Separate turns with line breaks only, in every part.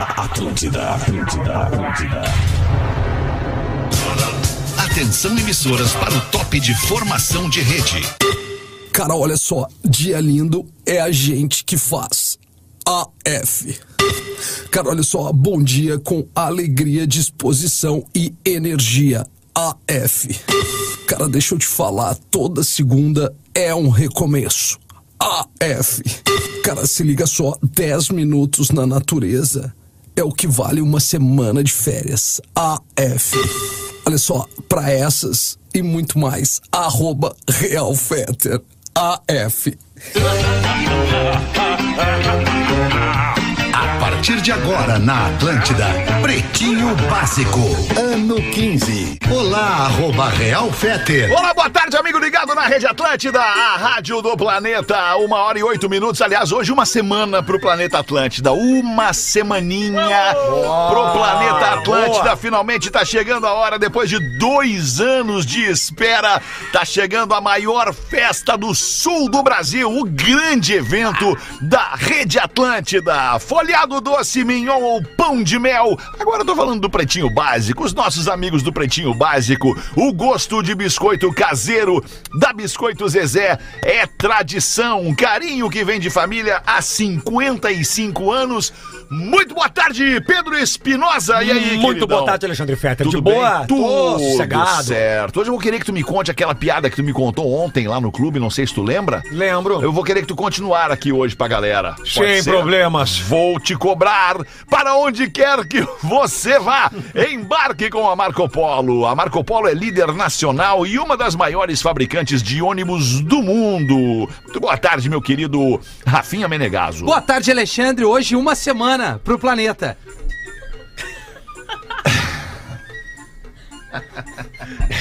Atlântida, Atlântida, Atlântida.
Atenção emissoras para o top de formação de rede.
Cara, olha só, dia lindo é a gente que faz. AF. Cara, olha só, bom dia com alegria, disposição e energia. AF. Cara, deixa eu te falar, toda segunda é um recomeço. AF. Cara, se liga só, 10 minutos na natureza é o que vale uma semana de férias. AF. Olha só, para essas e muito mais, arroba Realfetter. AF.
A partir de agora na Atlântida, Pretinho Básico, ano 15. Olá, arroba Real Feter.
Olá, boa tarde, amigo ligado na Rede Atlântida, a rádio do planeta. Uma hora e oito minutos. Aliás, hoje uma semana pro planeta Atlântida. Uma semaninha pro planeta Atlântida. Finalmente tá chegando a hora, depois de dois anos de espera, tá chegando a maior festa do sul do Brasil, o grande evento da Rede Atlântida. Folhado doce, mignon ou pão de mel. Agora eu tô falando do Pretinho Básico, os nossos amigos do Pretinho Básico. O gosto de biscoito caseiro da Biscoito Zezé é tradição, um carinho que vem de família há 55 anos. Muito boa tarde, Pedro Espinosa. E aí,
Muito
queridão?
boa tarde, Alexandre Fetter.
Tudo
de boa?
bem?
Tô sossegado.
certo. Hoje eu vou querer que tu me conte aquela piada que tu me contou ontem lá no clube, não sei se tu lembra.
Lembro.
Eu vou querer que tu continuar aqui hoje pra galera. Pode
Sem
ser?
problemas.
Vou te cobrar para onde quer que você vá. Embarque com a Marco Polo. A Marco Polo é líder nacional e uma das maiores fabricantes de ônibus do mundo. Muito boa tarde, meu querido Rafinha Menegaso.
Boa tarde, Alexandre. Hoje, uma semana pro planeta.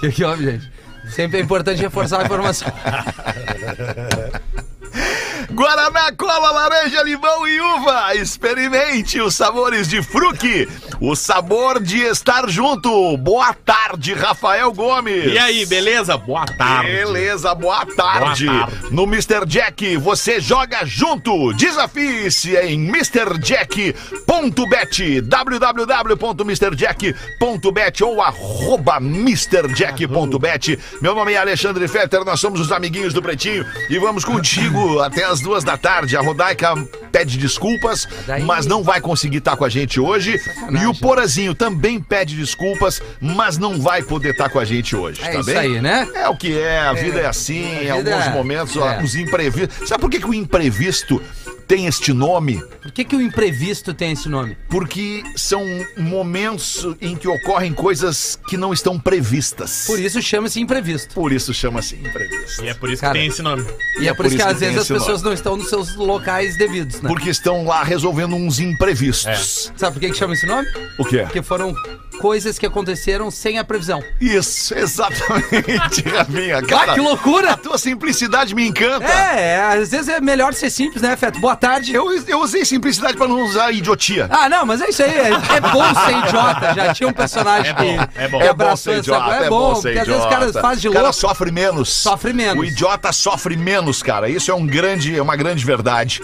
que que houve, gente? Sempre é importante reforçar a informação.
Guaraná, cola, laranja, limão e uva. Experimente os sabores de fruque. O sabor de estar junto. Boa tarde, Rafael Gomes.
E aí, beleza? Boa tarde.
Beleza, boa tarde.
Boa tarde.
No Mr. Jack, você joga junto. Desafie-se em MrJack.bet, www.mrjack.bet ou arroba MrJack.bet. Meu nome é Alexandre Fetter, nós somos os amiguinhos do Pretinho e vamos contigo até as duas da tarde. A Rodaica pede desculpas,
Daí-
mas não vai conseguir estar com a gente hoje.
Sacanagem.
E o Porazinho também pede desculpas, mas não vai poder estar com a gente hoje,
É
tá
isso
bem?
aí, né?
É o que é, a vida é, assim, em
a vida
alguns
é-
momentos,
é.
os imprevistos. Sabe por que, que o imprevisto tem este nome?
Por que, que o imprevisto tem esse nome?
Porque são momentos em que ocorrem coisas que não estão previstas.
Por isso chama-se imprevisto.
Por isso chama-se imprevisto.
E é por isso
Cara.
que tem esse nome.
E é, por, isso que, às
tem
vezes as
esse
pessoas
nome.
não estão nos seus locais devidos, né?
Porque estão lá resolvendo uns imprevistos.
Sabe por que, que chama esse nome?
O que é?
Porque foram coisas que aconteceram sem a previsão.
Isso, exatamente, Raminha. Cara,
Ah, que loucura!
a tua simplicidade me encanta.
É, é, às vezes é melhor ser simples, né, Feto? Boa tarde.
Eu, eu usei simplicidade pra não usar idiotia.
Ah, não, mas é isso aí. É, é bom ser idiota. Já tinha um personagem
É bom,
que,
é bom.
que
É
abraçou essa coisa. É bom, porque às vezes os caras fazem de
O cara
louco.
sofre menos.
Sofre menos.
O idiota sofre menos, cara. Isso é um grande, é uma grande verdade.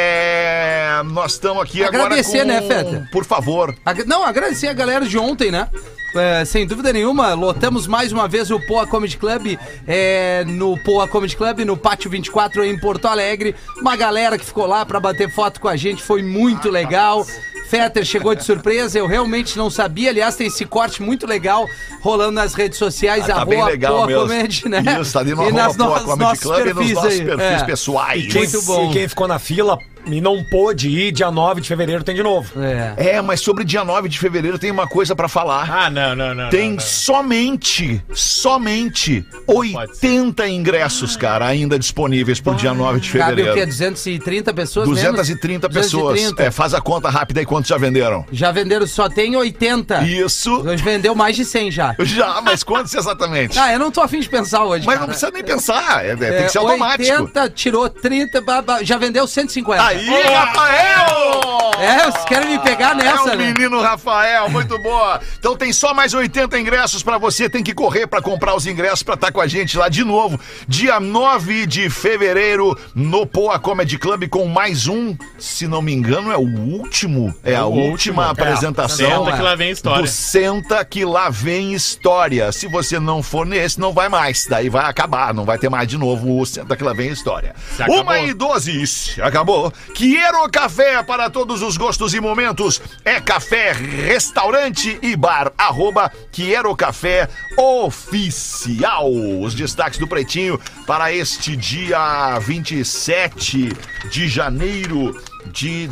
É... Nós estamos aqui
Agradecer,
agora com...
né, Feta?
Por favor.
Agra- Não, agradecer a galera de ontem, né? É, sem dúvida nenhuma, lotamos mais uma vez o Poa Comedy Club é, no Poa Comedy Club, no Pátio 24 em Porto Alegre. Uma galera que ficou lá pra bater foto com a gente, foi muito legal. Fetter chegou de surpresa, eu realmente não sabia. Aliás, tem esse corte muito legal rolando nas redes sociais,
Ah, tá bem
arroba
legal
Poa
mesmo.
Comedy, né?
Isso, tá ali no
e nas
arroba Poa
nos-
Comedy
nossos
Club e nos
perfis
nossos
aí.
perfis
é.
pessoais.
E quem,
Muito bom.
e quem ficou na fila e não pôde ir, dia 9 de fevereiro tem de novo.
É.
É, mas sobre dia 9 de fevereiro tem uma coisa pra falar.
Ah, não, não, não.
Tem
não, não.
somente, somente
pode
80 ingressos, cara, ainda disponíveis pro dia 9 de
Cabe o quê?
fevereiro.
230 pessoas? menos?
230 pessoas.
230.
É, faz a conta rápida aí quantos já venderam.
Já venderam, só tem 80.
Isso.
Hoje vendeu mais de 100 já.
Já, mas quantos exatamente?
Ah, eu não tô afim de pensar hoje.
Mas não
cara.
precisa nem pensar, é, é, tem
É,
que ser automático.
80, tirou 30, ba- ba- já vendeu 150.
Ah, aí, Rafael!
É, vocês querem me pegar nessa,
é o
né?
menino Rafael, muito boa. Então tem só mais 80 ingressos pra você, tem que correr pra comprar os ingressos pra estar com a gente lá de novo, dia 9 de fevereiro no Poa Comedy Club com mais um, se não me engano, é o último, é a
último.
última
É,
apresentação né?
Senta que lá vem história.
do Senta que lá vem história. Se você não for nesse, não vai mais. Daí vai acabar, não vai ter mais de novo o Senta que lá vem história.
Se acabou.
Uma e 12, isso, acabou. Quiero Café para todos os gostos e momentos. É café, restaurante e bar. Arroba Quiero Café Oficial. Os destaques do Pretinho para este dia 27 de janeiro de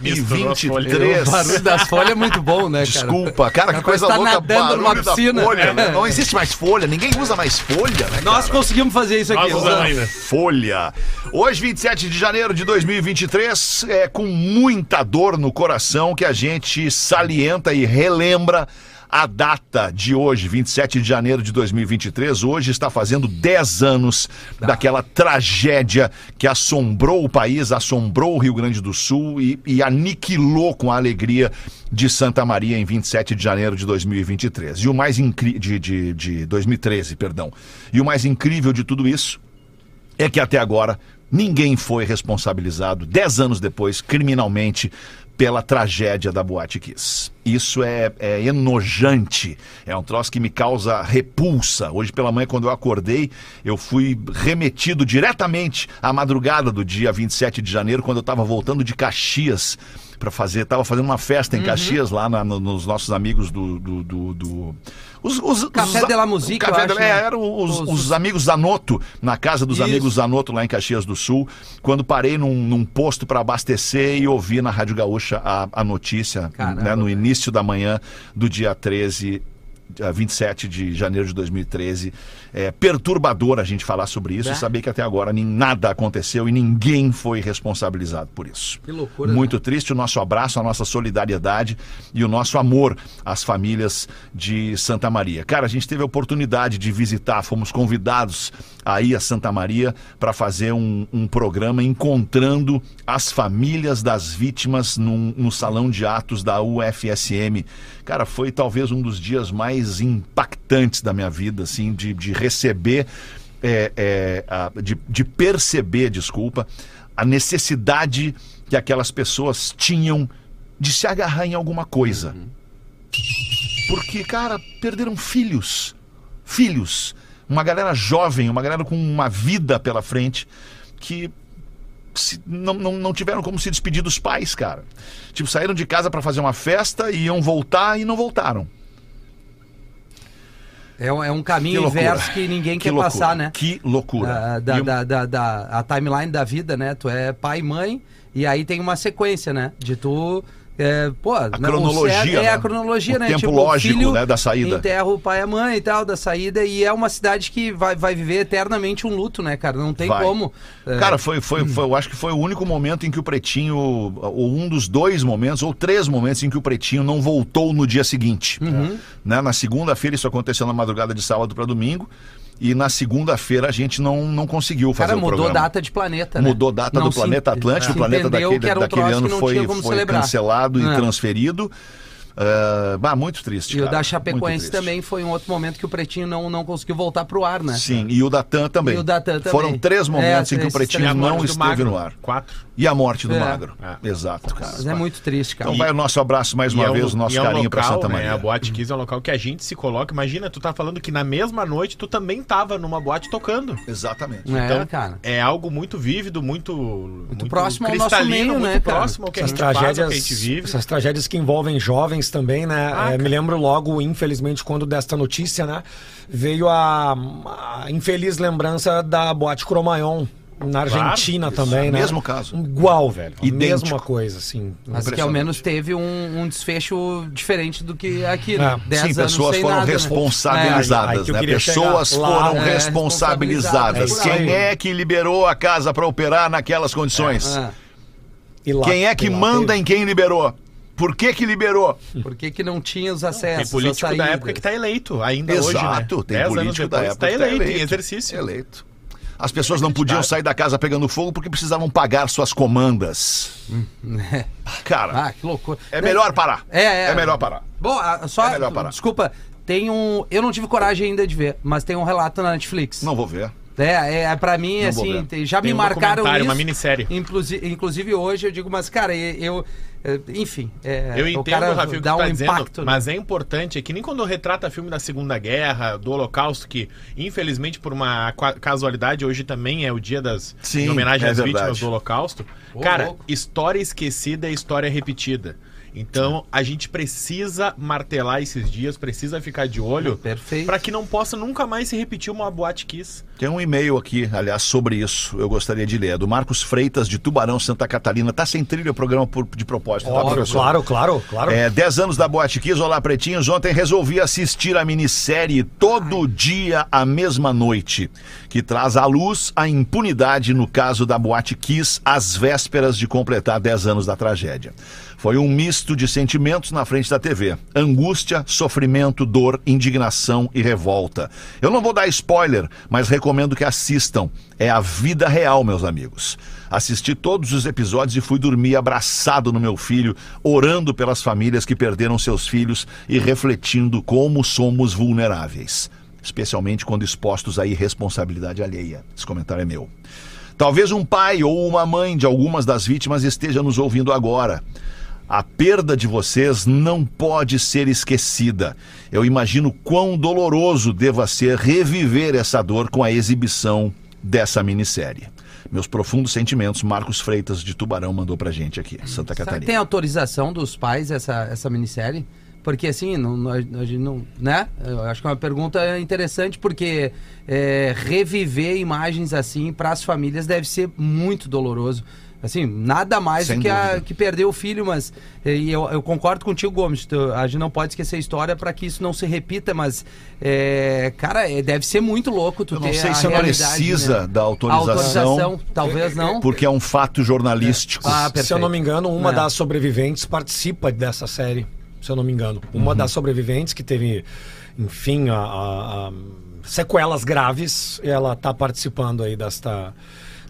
2023.
O barulho das folhas é muito bom, né, cara?
Desculpa, cara, que coisa
tá
louca,
nadando
barulho
numa
da
piscina.
folha, né?
É.
Não existe mais folha, ninguém usa mais folha, né?
Nós conseguimos fazer isso aqui.
Nós usamos ainda.
Folha. Hoje, 27 de janeiro de 2023, é com muita dor no coração que a gente salienta e relembra a data de hoje, 27 de janeiro de 2023. Hoje está fazendo 10 anos daquela tragédia que assombrou o país, assombrou o Rio Grande do Sul e, e aniquilou com a alegria de Santa Maria em 27 de janeiro de 2023. E o mais incrível. De, de, de 2013, perdão. E o mais incrível de tudo isso é que até agora ninguém foi responsabilizado, dez anos depois, criminalmente, pela tragédia da Boate Kiss. Isso é, é enojante, é um troço que me causa repulsa. Hoje pela manhã, quando eu acordei, eu fui remetido diretamente à madrugada do dia 27 de janeiro, quando eu estava voltando de Caxias para fazer, estava fazendo uma festa em
Uhum.
Caxias, lá na- no- nos nossos amigos do... do, do- do- os, os-
Café
os-
de la Musique,
Café
eu
de-
acho,
é,
né?
era
Os-
os, os os amigos Zanotto, na casa dos amigos Zanotto lá em Caxias do Sul, quando parei num, num posto para abastecer e ouvi na Rádio Gaúcha a, a notícia
Caramba,
né, no
velho.
início da manhã do dia 13. dia 27 de janeiro de 2013. É perturbador a gente falar sobre isso
É.
e saber que até agora nem nada aconteceu e ninguém foi responsabilizado por isso.
Que loucura, né?
Muito triste. O nosso abraço, a nossa solidariedade e o nosso amor às famílias de Santa Maria. Cara, a gente teve a oportunidade de visitar, fomos convidados aí a Santa Maria para fazer um, um programa encontrando as famílias das vítimas num- no salão de atos da UFSM. Cara, foi talvez um dos dias mais impactantes da minha vida, assim, de, de receber. é, é, a- de- de perceber, desculpa, a necessidade que aquelas pessoas tinham de se agarrar em alguma coisa. Porque, cara, perderam filhos. Filhos. Uma galera jovem, uma galera com uma vida pela frente que se- não, não, não tiveram como se despedir dos pais, cara. Tipo, saíram de casa pra fazer uma festa, iam voltar e não voltaram.
É, um- é um
Que
caminho
loucura.
inverso que ninguém quer
loucura.
passar, né?
Que loucura.
Ah, da,
E um o-
da, da, da- a timeline da vida, né? Tu é pai e mãe, e aí tem uma sequência, né? De tu. É, pô, a
cronologia, né?
É a cronologia,
O
né?
tempo
o
lógico, né, da saída.
Enterra o pai e a mãe e tal, da saída, e é uma cidade que vai, vai viver eternamente um luto, né, cara? Não tem
Vai.
como. É,
Cara, foi, foi, foi, eu acho que foi o único momento em que o Pretinho, ou um dos dois momentos, ou três momentos em que o Pretinho não voltou no dia seguinte.
Uhum.
Né? Na segunda-feira, isso aconteceu na madrugada de sábado para domingo, e na segunda-feira a gente não, não conseguiu fazer
cara
o
mudou
programa.
data de planeta, né?
Mudou data
Não
do
se
planeta
en-
Atlântico,
se
o planeta
entendeu
daquele,
que era um
daquele
troço
ano
que não
foi,
tinha como
foi
celebrar.
cancelado e
É.
transferido. Ah, bah, muito triste.
E o
cara,
da
muito
Chapecoense
triste.
também foi um outro momento que o Pretinho não, não conseguiu voltar pro ar, né?
Sim, e o Datan também.
E o da TAM também.
Foram três momentos
É,
em que o
esses
Pretinho
três
não
morte do
esteve
Magro.
no ar.
Quatro.
E a morte do
É.
magro. Exato, cara.
Mas é muito triste, cara.
Então vai o nosso abraço mais
E
uma
é um-
vez, o nosso
e é um
carinho pra
local,
Santa
né,
Maria.
A boate Kiss é um local que a gente se coloca. Imagina, tu tá falando que na mesma noite tu também tava numa boate tocando.
Exatamente.
É,
Então,
cara.
É algo muito vívido, muito. Muito,
próximo ao nosso meio,
muito
né, cara?
próximo ao que a
Essas
gente faz, ao
tragédias,
que a gente vive. né?
essas tragédias que envolvem jovens também, né?
Ah,
É, me
cara.
lembro logo, infelizmente, quando desta notícia, né? Veio a, a infeliz lembrança da boate Cromayon na Argentina
é
também, né?
Mesmo caso.
Igual, velho. A
Idêntico.
mesma coisa, assim.
Mas que ao menos teve um, um desfecho diferente do que aqui,
É.
né? Dez
Sim,
anos
pessoas
sem
foram
nada, né?
responsabilizadas,
É, aí que eu
né?
queria
Pessoas
chegar. Lá,
foram
é,
responsabilizadas.
responsabilizadas.
É isso aí.
Quem é que liberou a casa pra operar naquelas condições?
Ah,
E lá-
Quem é que
e lá
manda
teve.
em quem liberou? Por que que liberou?
por que, que não tinha os
Tem
acessos? as
É, político da tá-
saídas?
época que tá eleito ainda hoje, né?
Exato, tem
Dez anos
político da
depois,
época
Tá
que tá
eleito, em
eleito.
exercício.
Eleito. as pessoas não podiam sair da casa pegando fogo porque precisavam pagar suas comandas. Cara,
Ah, que loucura.
é melhor parar.
É, é.
É melhor parar.
Bom, a- só.
É melhor parar.
Desculpa, tem um. Eu não tive coragem ainda de ver, mas tem um relato na Netflix.
Não vou ver.
É, é, pra mim,
vou
assim,
ver.
tem- já
Tem
me
um
marcaram
documentário,
isso.
uma minissérie.
Inclusi- inclusive hoje eu digo, mas, cara, e- eu. é, Enfim, é,
Eu
o
entendo,
cara
Rafinha, o que
dá
tu
um
tá
impacto.
dizendo, mas é importante, é que nem quando retrata filme da Segunda Guerra, do Holocausto, que infelizmente por uma qua- casualidade hoje também é o dia das...
Sim,
em homenagem
é
às
verdade.
vítimas do Holocausto.
Ô,
Cara,
louco.
história esquecida é história repetida. Então, a gente precisa martelar esses dias, precisa ficar de olho
Perfeito.
para que não possa nunca mais se repetir uma boate kiss.
Tem um e-mail aqui, aliás, sobre isso. Eu gostaria de ler. É do Marcos Freitas, de Tubarão, Santa Catarina. Tá sem trilha o programa por- de propósito, tá,
Óbvio,
professor?
claro, claro, claro.
É, 10 anos da Boate Kiss, olá pretinhos. Ontem resolvi assistir a minissérie Todo Dia, a Mesma Noite, que traz à luz a impunidade no caso da Boate Kiss às vésperas de completar 10 anos da tragédia. Foi um misto de sentimentos na frente da TV: angústia, sofrimento, dor, indignação e revolta. Eu não vou dar spoiler, mas recomendo que assistam. É a vida real, meus amigos. Assisti todos os episódios e fui dormir abraçado no meu filho, orando pelas famílias que perderam seus filhos e refletindo como somos vulneráveis, especialmente quando expostos à irresponsabilidade alheia. Esse comentário é meu. Talvez um pai ou uma mãe de algumas das vítimas esteja nos ouvindo agora. A perda de vocês não pode ser esquecida. Eu imagino quão doloroso deva ser reviver essa dor com a exibição dessa minissérie. Meus profundos sentimentos, Marcos Freitas de Tubarão mandou pra gente aqui,
Será que
Santa Catarina.
tem autorização dos pais essa, essa minissérie? Porque assim, não, não- a gente não. Né? Eu acho que é uma pergunta interessante, porque é, reviver imagens assim para as famílias deve ser muito doloroso. Assim, nada mais
Sem
do que, a,
dúvida.
que perder o filho, mas é, e eu, eu concordo contigo, Gomes. tu- a gente não pode esquecer a história para que isso não se repita, mas, é, cara, é, deve ser muito louco tu
Eu
ter
não sei
a
se
realidade,
precisa
né?
da autorização,
Autorização, talvez não.
porque é um fato jornalístico.
Ah,
Se eu não me engano, uma
É.
das sobreviventes participa dessa série. Se eu não me engano. Uma
Uhum.
das sobreviventes que teve, enfim, a- a- a- sequelas graves, ela tá participando aí desta.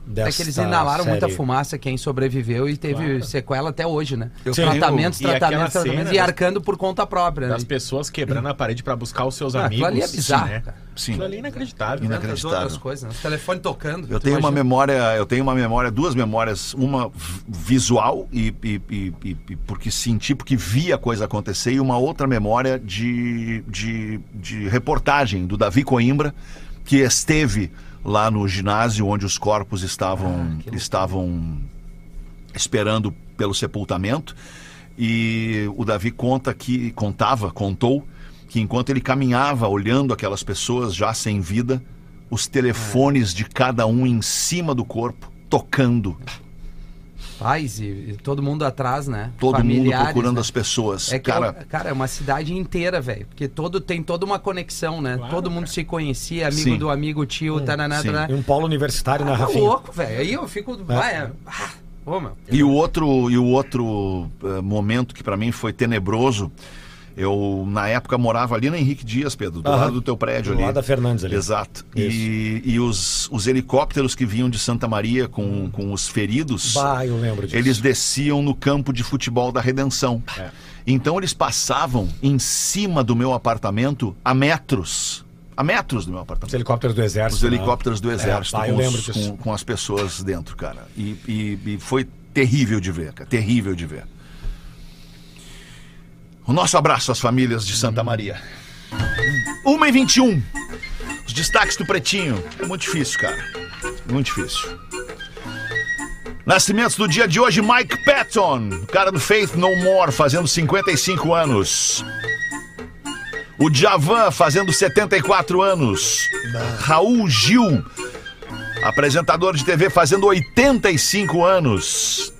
desta
É que eles inalaram
série.
muita fumaça, quem sobreviveu e teve sequela até hoje, né?
Eu
tratamentos,
vi o- e aquela
tratamentos,
cena
tratamentos e
das-
arcando por conta própria. Né?
Das pessoas quebrando a parede para buscar os seus
Ah,
amigos.
aquilo ali é bizarro,
né?
cara.
Sim.
Aquilo ali é inacreditável. né?
Inacreditável.
Tantas outras coisas, né? O telefone tocando.
Eu
tu
tenho uma
imagina.
memória, eu tenho uma memória, duas memórias, uma v- visual e, e- e- e- e porque senti, porque vi a coisa acontecer, e uma outra memória de, de, de reportagem do Davi Coimbra, que esteve lá no ginásio onde os corpos
Ah,
estavam, estavam esperando pelo sepultamento. E o Davi conta que contava, contou que enquanto ele caminhava olhando aquelas pessoas já sem vida, os telefones de cada um em cima do corpo tocando,
Pais e, e todo mundo atrás, né?
todo mundo
Familiares,
procurando
né?
as pessoas.
É que
cara,
cara... cara, é uma cidade inteira, velho. Porque todo, tem toda uma conexão, né? todo mundo se conhecia, amigo
Sim.
do amigo,
Hum,
tio, tananá,
sim.
tananá.
E um polo universitário, né,
Ah,
Tá
Rafinha?
louco, velho. Aí eu fico. vai, é- Ah, ô, meu.
E o outro, e o outro eh, momento que pra mim foi tenebroso, eu na época morava ali na Henrique Dias, Pedro, do
Aham.
lado do teu prédio
Do
ali.
lado da Fernandes ali.
Exato. E, e os, os helicópteros que vinham de Santa Maria com, com os feridos,
Bah, eu lembro Hum. disso. É.
eles desciam no campo de futebol da Redenção. Então eles passavam em cima do meu apartamento a metros. A metros do meu apartamento.
Os helicópteros do exército.
Os helicópteros do
É,
exército,
pá, eu
com, os-
lembro disso.
com- com as pessoas dentro, cara. E, e- e foi terrível de ver, cara. Terrível de ver. O nosso abraço às famílias de Santa
Uhum.
Maria. 1 e 21. Os destaques do Pretinho. É muito difícil, cara. Muito difícil. Nascimentos do dia de hoje, Mike Patton, o cara do Faith No More, fazendo 55 anos. O Javan, fazendo 74 anos. Raul Gil, apresentador de TV, fazendo 85 anos.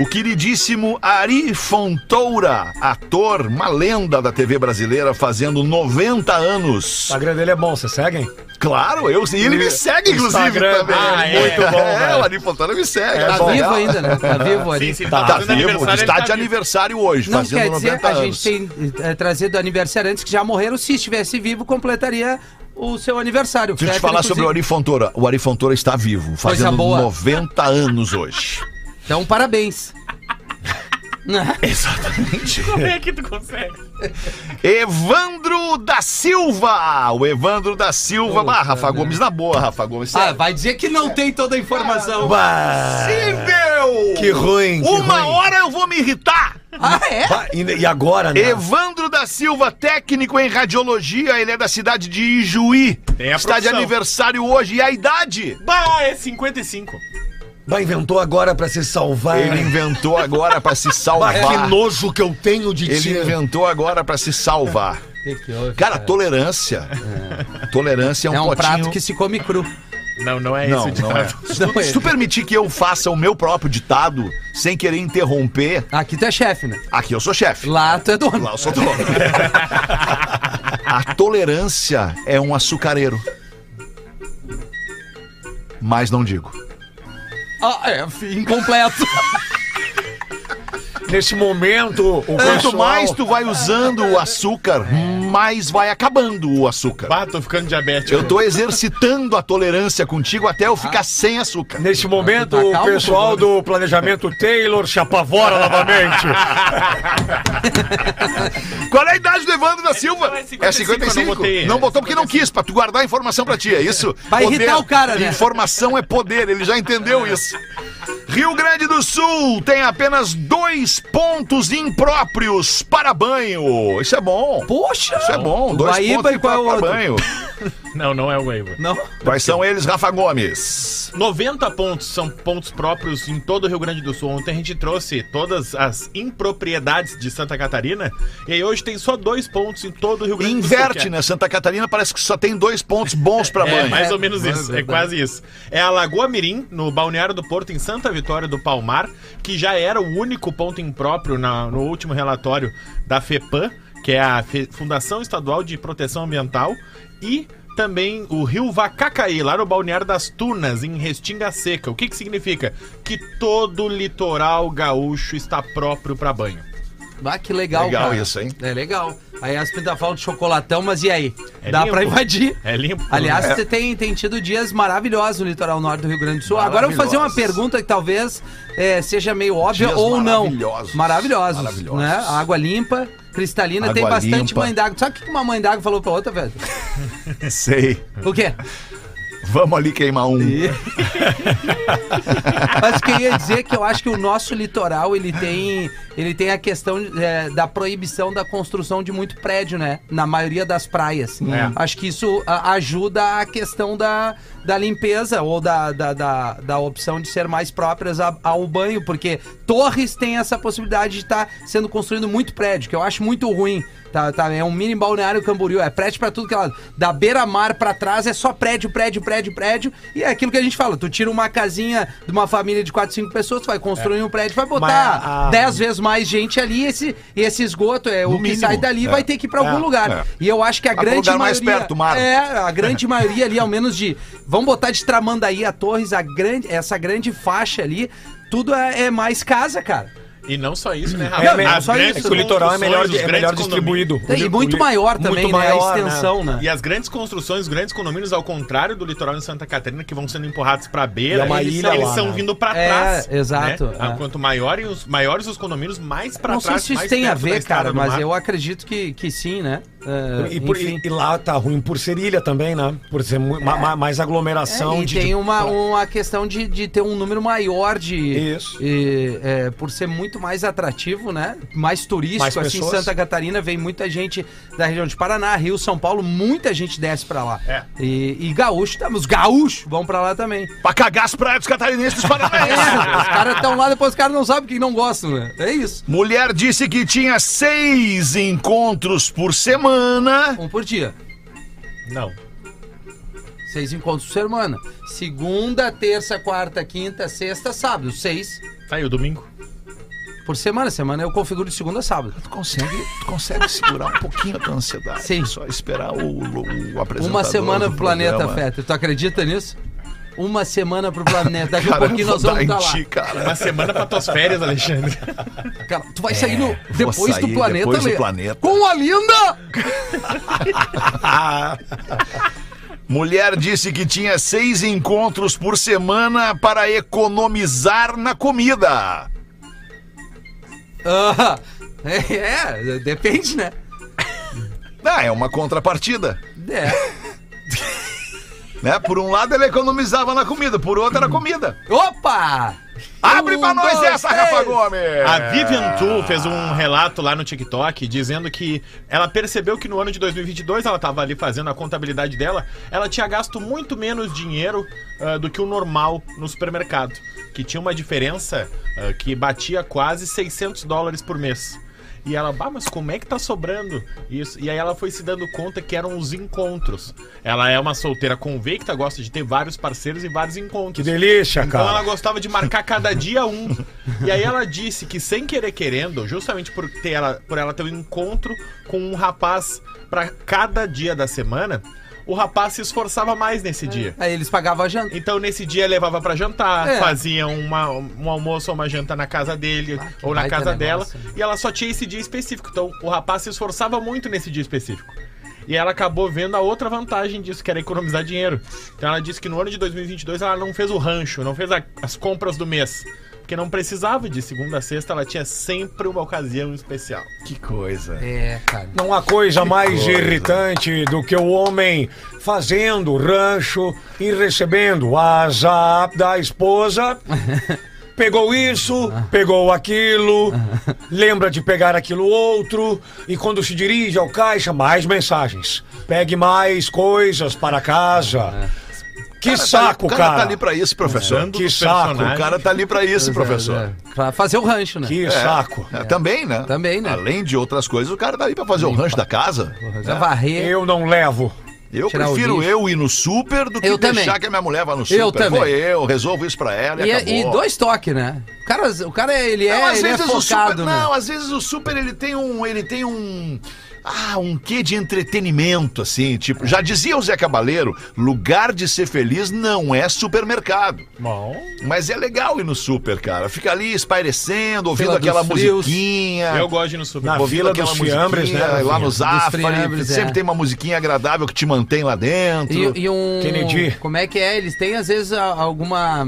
O queridíssimo Ari Fontoura, ator, uma lenda da TV brasileira, fazendo 90
O
anos.
Instagram dele é bom, vocês seguem?
Claro, eu e ele me segue, inclusive,
Instagram
também.
Ah,
dele, muito bom,
É,
velho.
o Ari Fontoura me segue. é
Tá
bom.
vivo ainda, né? Tá vivo ali.
Sim, se ele
Tá,
tá,
Tá
fazendo
vivo,
aniversário, ele
está de
tá vivo.
aniversário hoje,
Não
fazendo
quer dizer,
90
a
anos.
gente tem eh, trazido aniversariantes que já morreram. Se estivesse vivo, completaria o seu aniversário.
Deixa eu te falar sobre o Ari Fontoura. O Ari Fontoura está vivo,
Coisa
fazendo
boa.
90 anos hoje.
Então, parabéns.
é Exatamente.
Como é que tu consegue?
Evandro da Silva! O Evandro da Silva. Bah, Rafa Gomes na boa, Rafa Gomes. é
Ah, vai dizer que não tem toda a informação.
Ah, Possível!
Que ruim, que
Uma
ruim.
hora eu vou me irritar!
Ah, é?
Pá, E e agora, né?
Evandro da Silva, técnico em radiologia, ele é da cidade de Ijuí.
Tem a
Está de
profissão.
aniversário hoje. E a idade?
Bah, é 55.
Bah, inventou agora pra se salvar.
Ele inventou agora pra se
Bah, que
salvar.
nojo que eu tenho de ti.
Ele inventou agora pra se salvar.
Que que houve,
Cara, tolerância. Tolerância é um,
É um
potinho...
prato que se come cru.
Não, não é
Não,
isso.
não é.
Não,
Se tu
é.
permitir que eu faça o meu próprio ditado, sem querer interromper,
Aqui tu é chefe, né?
aqui eu sou chefe.
Lá tu é dono.
Lá eu sou dono. A tolerância é um açucareiro. Mas não digo.
Ah, é, fi- incompleto.
Nesse momento, o
Quanto
pessoal-
mais tu vai usando o açúcar, mais vai acabando o açúcar.
Bah, tô ficando diabético.
Eu tô exercitando a tolerância contigo até eu ficar sem açúcar.
Nesse momento,
Tá calmo,
o pessoal
Bruno.
do planejamento Taylor se apavora novamente.
Qual é a idade do Evandro da Silva?
Não, é 55,
é 55.
eu não botei.
Não botou porque não quis, pra tu guardar a informação pra ti, é isso?
Pra irritar o cara, né?
Informação é poder, ele já entendeu isso. Rio Grande do Sul tem apenas dois pontos impróprios para banho. Isso é bom.
Poxa!
Isso é bom. Dois
Guaíba
pontos
e qual é o
impróprios para
outro?
banho.
Não, não é o Waiver.
Não?
Quais são eles, Rafa Gomes?
90 pontos são pontos próprios em todo o Rio Grande do Sul. Ontem a gente trouxe todas as impropriedades de Santa Catarina. E aí hoje tem só dois pontos em todo o Rio Grande do
Inverte,
Sul. que é-
né? Santa Catarina parece que só tem dois pontos bons para
É,
banho.
mais ou menos
É
isso, é
verdade.
quase isso. É a Lagoa Mirim, no Balneário do Porto, em Santa Vitória do Palmar, que já era o único ponto impróprio na- no último relatório da FEPAM, que é a Fe- Fundação Estadual de Proteção Ambiental, e também o rio Vacacaí, lá no Balneário das Tunas, em Restinga Seca. O que, que significa? Que todo o litoral gaúcho está próprio para banho.
Ah, que legal,
Legal
cara.
isso, hein?
É legal. Aí as pintas falam de chocolatão, mas e aí?
É
Dá
limpo.
pra invadir.
É limpo.
Aliás, você tem, tem tido dias maravilhosos no litoral norte do Rio Grande do Sul. Agora eu vou fazer uma pergunta que talvez eh, seja meio óbvia
Dias
ou não.
maravilhosos.
Maravilhosos.
Maravilhosos.
Né? Água limpa, cristalina, tem
Água
bastante
limpa.
mãe d'água. Sabe o que uma mãe d'água falou pra outra, velho?
Sei.
O quê?
Vamos ali queimar um.
Mas queria dizer é que eu acho que o nosso litoral ele tem, ele tem a questão é, da proibição da construção de muito prédio, né? Na maioria das praias. Acho que isso a- ajuda a questão da, da limpeza ou da, da, da, da opção de ser mais próprias a- ao banho, porque torres tem essa possibilidade de estar sendo construído muito prédio, que eu acho muito ruim. Tá, tá, é um mini balneário Camboriú, é prédio pra tudo que é lado. Da beira-mar pra trás é só prédio, prédio, prédio, prédio. E é aquilo que a gente fala, tu tira uma casinha de uma família de 4, 5 pessoas, tu vai construir
É.
um prédio, vai
Mas
botar
ah,
a-
10 vezes mais gente ali, esse, e esse esgoto, é, o que
mínimo,
sai dali
é.
vai ter que ir pra algum lugar.
é.
E eu acho que a
Vai pro
grande
lugar
maioria...
mais perto, mar.
É, a grande maioria ali, ao menos de... Vamos botar de Tramandaí a Torres, a grande, essa grande faixa ali, tudo é, é mais casa, cara.
E não só isso, né,
É,
Rafa?
mesmo,
As
só
grandes
isso.
o litoral é melhor,
construções,
é
os
melhor
grandes condomínios.
distribuído.
E muito maior também, né? a extensão, né?
É.
E as grandes construções, os grandes condomínios, ao contrário do litoral em Santa Catarina, que vão sendo empurrados pra beira,
É uma
eles,
ilha
eles
lá,
são
né?
vindo pra
É,
trás.
exato,
né?
é.
Quanto maiores os, maiores os condomínios, mais pra
Não sei
trás.
se isso
mais
tem a
perto da
ver,
estrada
cara,
do
mas
mar.
eu acredito que, que sim, né? Ah,
E, por-
enfim.
e- e lá tá ruim por ser ilha também, né? Por ser mu- ma- ma- mais aglomeração
É, e
de.
tem
de-
uma, uma questão de, de ter um número maior de.
Isso.
e, é, por ser muito mais atrativo, né? Mais turístico.
Mais
assim,
pessoas.
Santa Catarina vem muita gente da região de Paraná, Rio, São Paulo, muita gente desce pra lá.
É.
E, e gaúcho, tá, os gaúchos vão pra lá também.
Pra cagar as praias dos catarinenses dos
É,
paranaenses.
os caras estão lá, depois os caras não sabem quem não gostam, né? É isso.
Mulher disse que tinha seis encontros por semana.
Um por dia.
Não.
Seis encontros por semana. Segunda, terça, quarta, quinta, sexta, sábado. Seis
Tá aí o domingo.
por semana. Semana eu configuro de segunda a sábado.
Tu consegue, tu consegue segurar um pouquinho a tua ansiedade. É
Sim.
Só esperar o, o apresentador
Uma semana
do
pro planeta,
programa.
Fetter. Tu acredita nisso? Uma semana pro planeta. Daqui a
Cara,
pouquinho
eu vou
nós vamos
dar
estar
em
lá.
ti, cara.
Uma semana pra tuas férias, Alexandre.
Cara, tu vai sair no- depois
É, sair
do planeta,
depois do
Lê.
planeta.
Com a linda!
Mulher disse que tinha seis encontros por semana para economizar na comida.
Ah, é, é, depende, né?
Ah, é uma contrapartida.
É.
Né? Por um lado ela economizava na comida, por outro era comida.
Opa!
Abre
Um,
pra nós
dois,
essa, Rafa
três.
Gomes!
A Vivian Tu fez um relato lá no TikTok dizendo que ela percebeu que no ano de 2022 ela estava ali fazendo a contabilidade dela, ela tinha gasto muito menos dinheiro ah, do que o normal no supermercado, que tinha uma diferença ah, que batia quase 600 dólares por mês. E ela, bah, mas como é que tá sobrando isso? E aí ela foi se dando conta que eram os encontros. Ela é uma solteira convicta, gosta de ter vários parceiros e vários encontros.
Que delícia,
Então ela
cara.
gostava de marcar cada dia um. E aí ela disse que sem querer querendo, justamente por, ter ela, por ela ter um encontro com um rapaz pra cada dia da semana, o rapaz se esforçava mais nesse dia.
Aí eles pagavam a janta.
Então nesse dia levava pra jantar,
É.
fazia uma, um almoço ou uma janta na casa dele
Ah, que
ou na
baita
casa dela,
negócio, né?
e ela só tinha esse dia específico. Então o rapaz se esforçava muito nesse dia específico. E ela acabou vendo a outra vantagem disso, que era economizar dinheiro. Então ela disse que no ano de 2022 ela não fez o rancho, não fez a- as compras do mês. Porque não precisava de segunda a sexta, ela tinha sempre uma ocasião especial.
Que coisa.
É, cara.
Não há coisa mais irritante do que o homem fazendo rancho e recebendo o WhatsApp da esposa. Pegou isso, pegou aquilo, lembra de pegar aquilo outro, e quando se dirige ao caixa, mais mensagens. Pegue mais coisas para casa. Que saco,
o É. cara tá
cara.
ali pra isso, professor.
Que saco,
O cara tá ali pra isso, professor.
né? É, Pra fazer o rancho, né?
Que saco.
É, Também, né?
Também, né?
Além de outras coisas, o cara tá ali pra fazer o rancho da casa.
Já
É.
varrer.
Eu não levo.
Eu
é. Tirar o
prefiro
lixo.
eu ir no super do que
Eu
deixar
também.
que a minha mulher vá no super.
também.
Vou eu, resolvo isso pra ela e,
E,
acabou.
e dois toques, né? O cara, o cara ele é,
Não, às
ele é
vezes o
focado,
super,
né?
Não, às vezes o super ele tem um, ele tem um ah, um quê de entretenimento, assim, tipo, já dizia o Zé Cabaleiro, lugar de ser feliz não é supermercado.
Bom.
Mas é legal ir no super, cara. Fica ali espairecendo, ouvindo
Fila dos
aquela
frios. Ah.
musiquinha.
Eu gosto de ir no super.
Na
ouvindo
fila
aquela
dos fiambres, né?
musiquinha Lá no
Dos
Zafari,
friambres,
sempre
é.
tem uma musiquinha agradável que te mantém lá dentro.
E, e um.
Kennedy.
Como é que é? Eles têm, às vezes, a- alguma.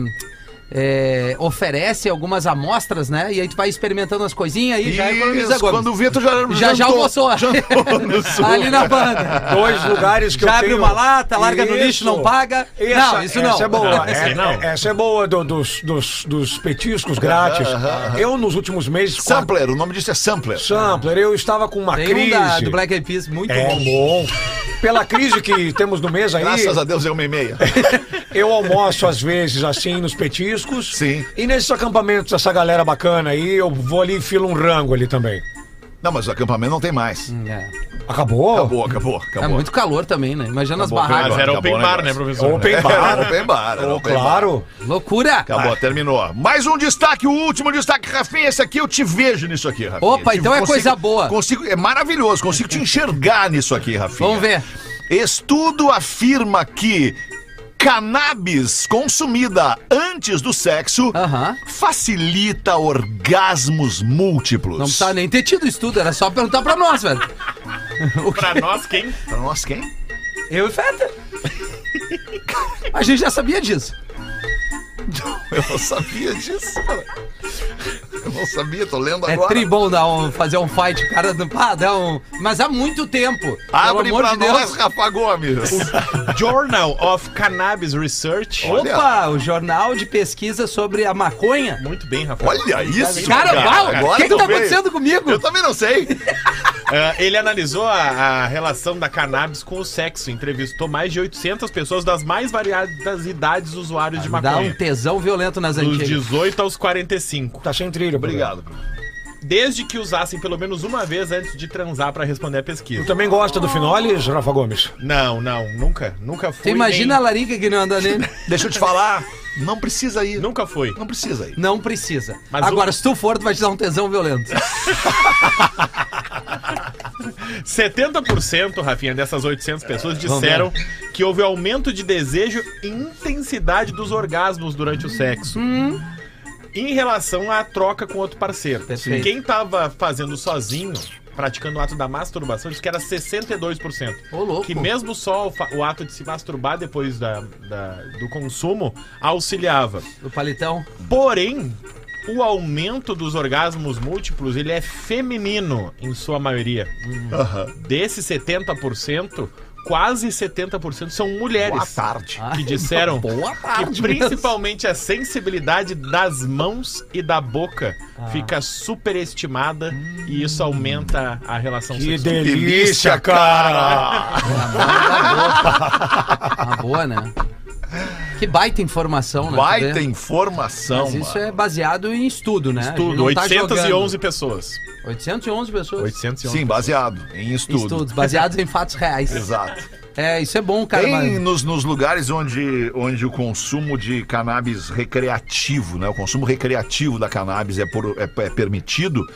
é, oferece algumas amostras, né? E aí tu vai experimentando as coisinhas e já é
Isso,
economiza agora.
quando o Vitor já
Já já
jantou,
almoçou.
jantou no super.
Ali na banda.
Dois lugares que
já
eu
abre
tenho-
uma lata, larga no lixo, não paga.
Essa-
não, isso não.
Essa é boa.
Não, essa aí não.
É- Essa é boa do- dos, dos, dos petiscos grátis. Eu, nos últimos meses, com a-
Sampler, o nome disso é Sampler.
Sampler, eu estava com uma
Tem um
crise.
da, do Black Eyed Peas muito
É
bom.
bom. Pela crise que temos no mês aí,
Graças a Deus é uma e meia.
eu almoço às vezes assim nos petiscos.
Sim.
E nesses acampamentos, essa galera bacana aí, eu vou ali e filo um rango ali também.
Não, mas o acampamento não tem mais.
É.
Acabou?
Acabou, acabou, acabou.
É muito calor também, né? Imagina as
Acabou,
Mas
barracas.
Tá cara.
era
Acabou
open
o
bar, né,
negócio. É,
professor?
Open bar.
Era open bar, era
Oh,
open
claro.
Loucura!
Acabou, terminou. Mais um destaque, o último destaque, Rafinha. Esse aqui eu te vejo nisso aqui, Rafinha.
Opa,
Te-
então é coisa boa.
Consigo, é maravilhoso, consigo te enxergar nisso aqui, Rafinha.
Vamos ver.
Estudo afirma que cannabis consumida antes do sexo
Aham.
facilita orgasmos múltiplos.
Não precisava nem ter tido estudo, era só perguntar pra nós, velho.
Pra nós, quem?
Pra nós quem?
Eu e Feta. A gente já sabia disso.
Eu não sabia disso, cara. Eu não sabia, tô lendo
É
agora.
tri bom dar um, fazer um fight, o cara não- pá, dá um. Mas há muito tempo.
Abre
pelo amor
pra
de
nós,
Deus.
Rafa Gomes.
Journal of Cannabis Research.
Olha.
Opa, o jornal de pesquisa sobre a maconha.
Muito bem, Rafael.
Olha isso,
Cara, uau, o
Agora
que, que
tu
tá
veio.
acontecendo comigo?
Eu também não sei.
Ah, ele analisou a, a relação da cannabis com o sexo, entrevistou mais de 800 pessoas das mais variadas idades usuários de
Dá um
maconha.
tesão violento nas
Dos
antigas.
18 aos 45.
Tá sem trilha.
Obrigado.
Desde que usassem pelo menos uma vez antes de transar pra responder a
Tu
Então-
pesquisa.
também gosta do Finoles, Rafa Gomes?
Não, não, nunca, nunca fui.
Tu imagina a
nem-
larica que não anda nele?
Deixa eu te falar, não precisa ir. Não,
Nunca fui.
precisa ir.
Não precisa.
Mas
Agora,
o-
se tu for, tu vai te dar um tesão violento.
70%, Rafinha, dessas 800 pessoas disseram que houve aumento de desejo e intensidade dos orgasmos durante o sexo. Em relação à troca com outro parceiro.
Perfeito.
Quem tava fazendo sozinho praticando o ato da masturbação, disse que era 62%.
Ô, louco.
Que mesmo só o, fa- o ato de se masturbar depois da- da- do consumo auxiliava.
Do palitão.
Porém, o aumento dos orgasmos múltiplos, ele é feminino em sua maioria. Desses 70%, quase 70% são mulheres.
Boa tarde.
Que disseram
Boa
que
parte.
principalmente a sensibilidade das mãos e da boca fica superestimada e isso aumenta a relação
Que
sexual.
delícia, cara!
Uma boa, né? Que baita informação, né?
Baita
Mas
informação,
isso
mano.
é baseado em estudo, né? A gente
Tudo,
não tá
811 pessoas.
jogando. 811 pessoas.
811.
Sim, baseado em estudo.
Estudos baseados em fatos reais.
Exato.
É, isso é bom, cara.
Tem
mas-
nos, nos lugares onde, onde o consumo de cannabis recreativo, né? O consumo recreativo da cannabis é, por- é- é permitido.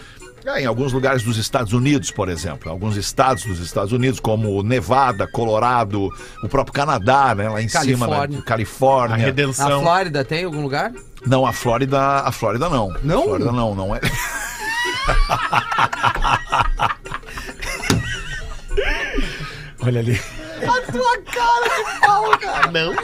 é, em alguns lugares dos Estados Unidos, por exemplo. Alguns estados dos Estados Unidos, como Nevada, Colorado, o próprio Canadá, né? Lá em cima,
Califórnia.
né? Califórnia.
A
Na
redenção.
Flórida tem algum lugar?
Não, a Flórida. A Flórida não.
Não?
A Flórida não, não é.
Olha ali.
Não.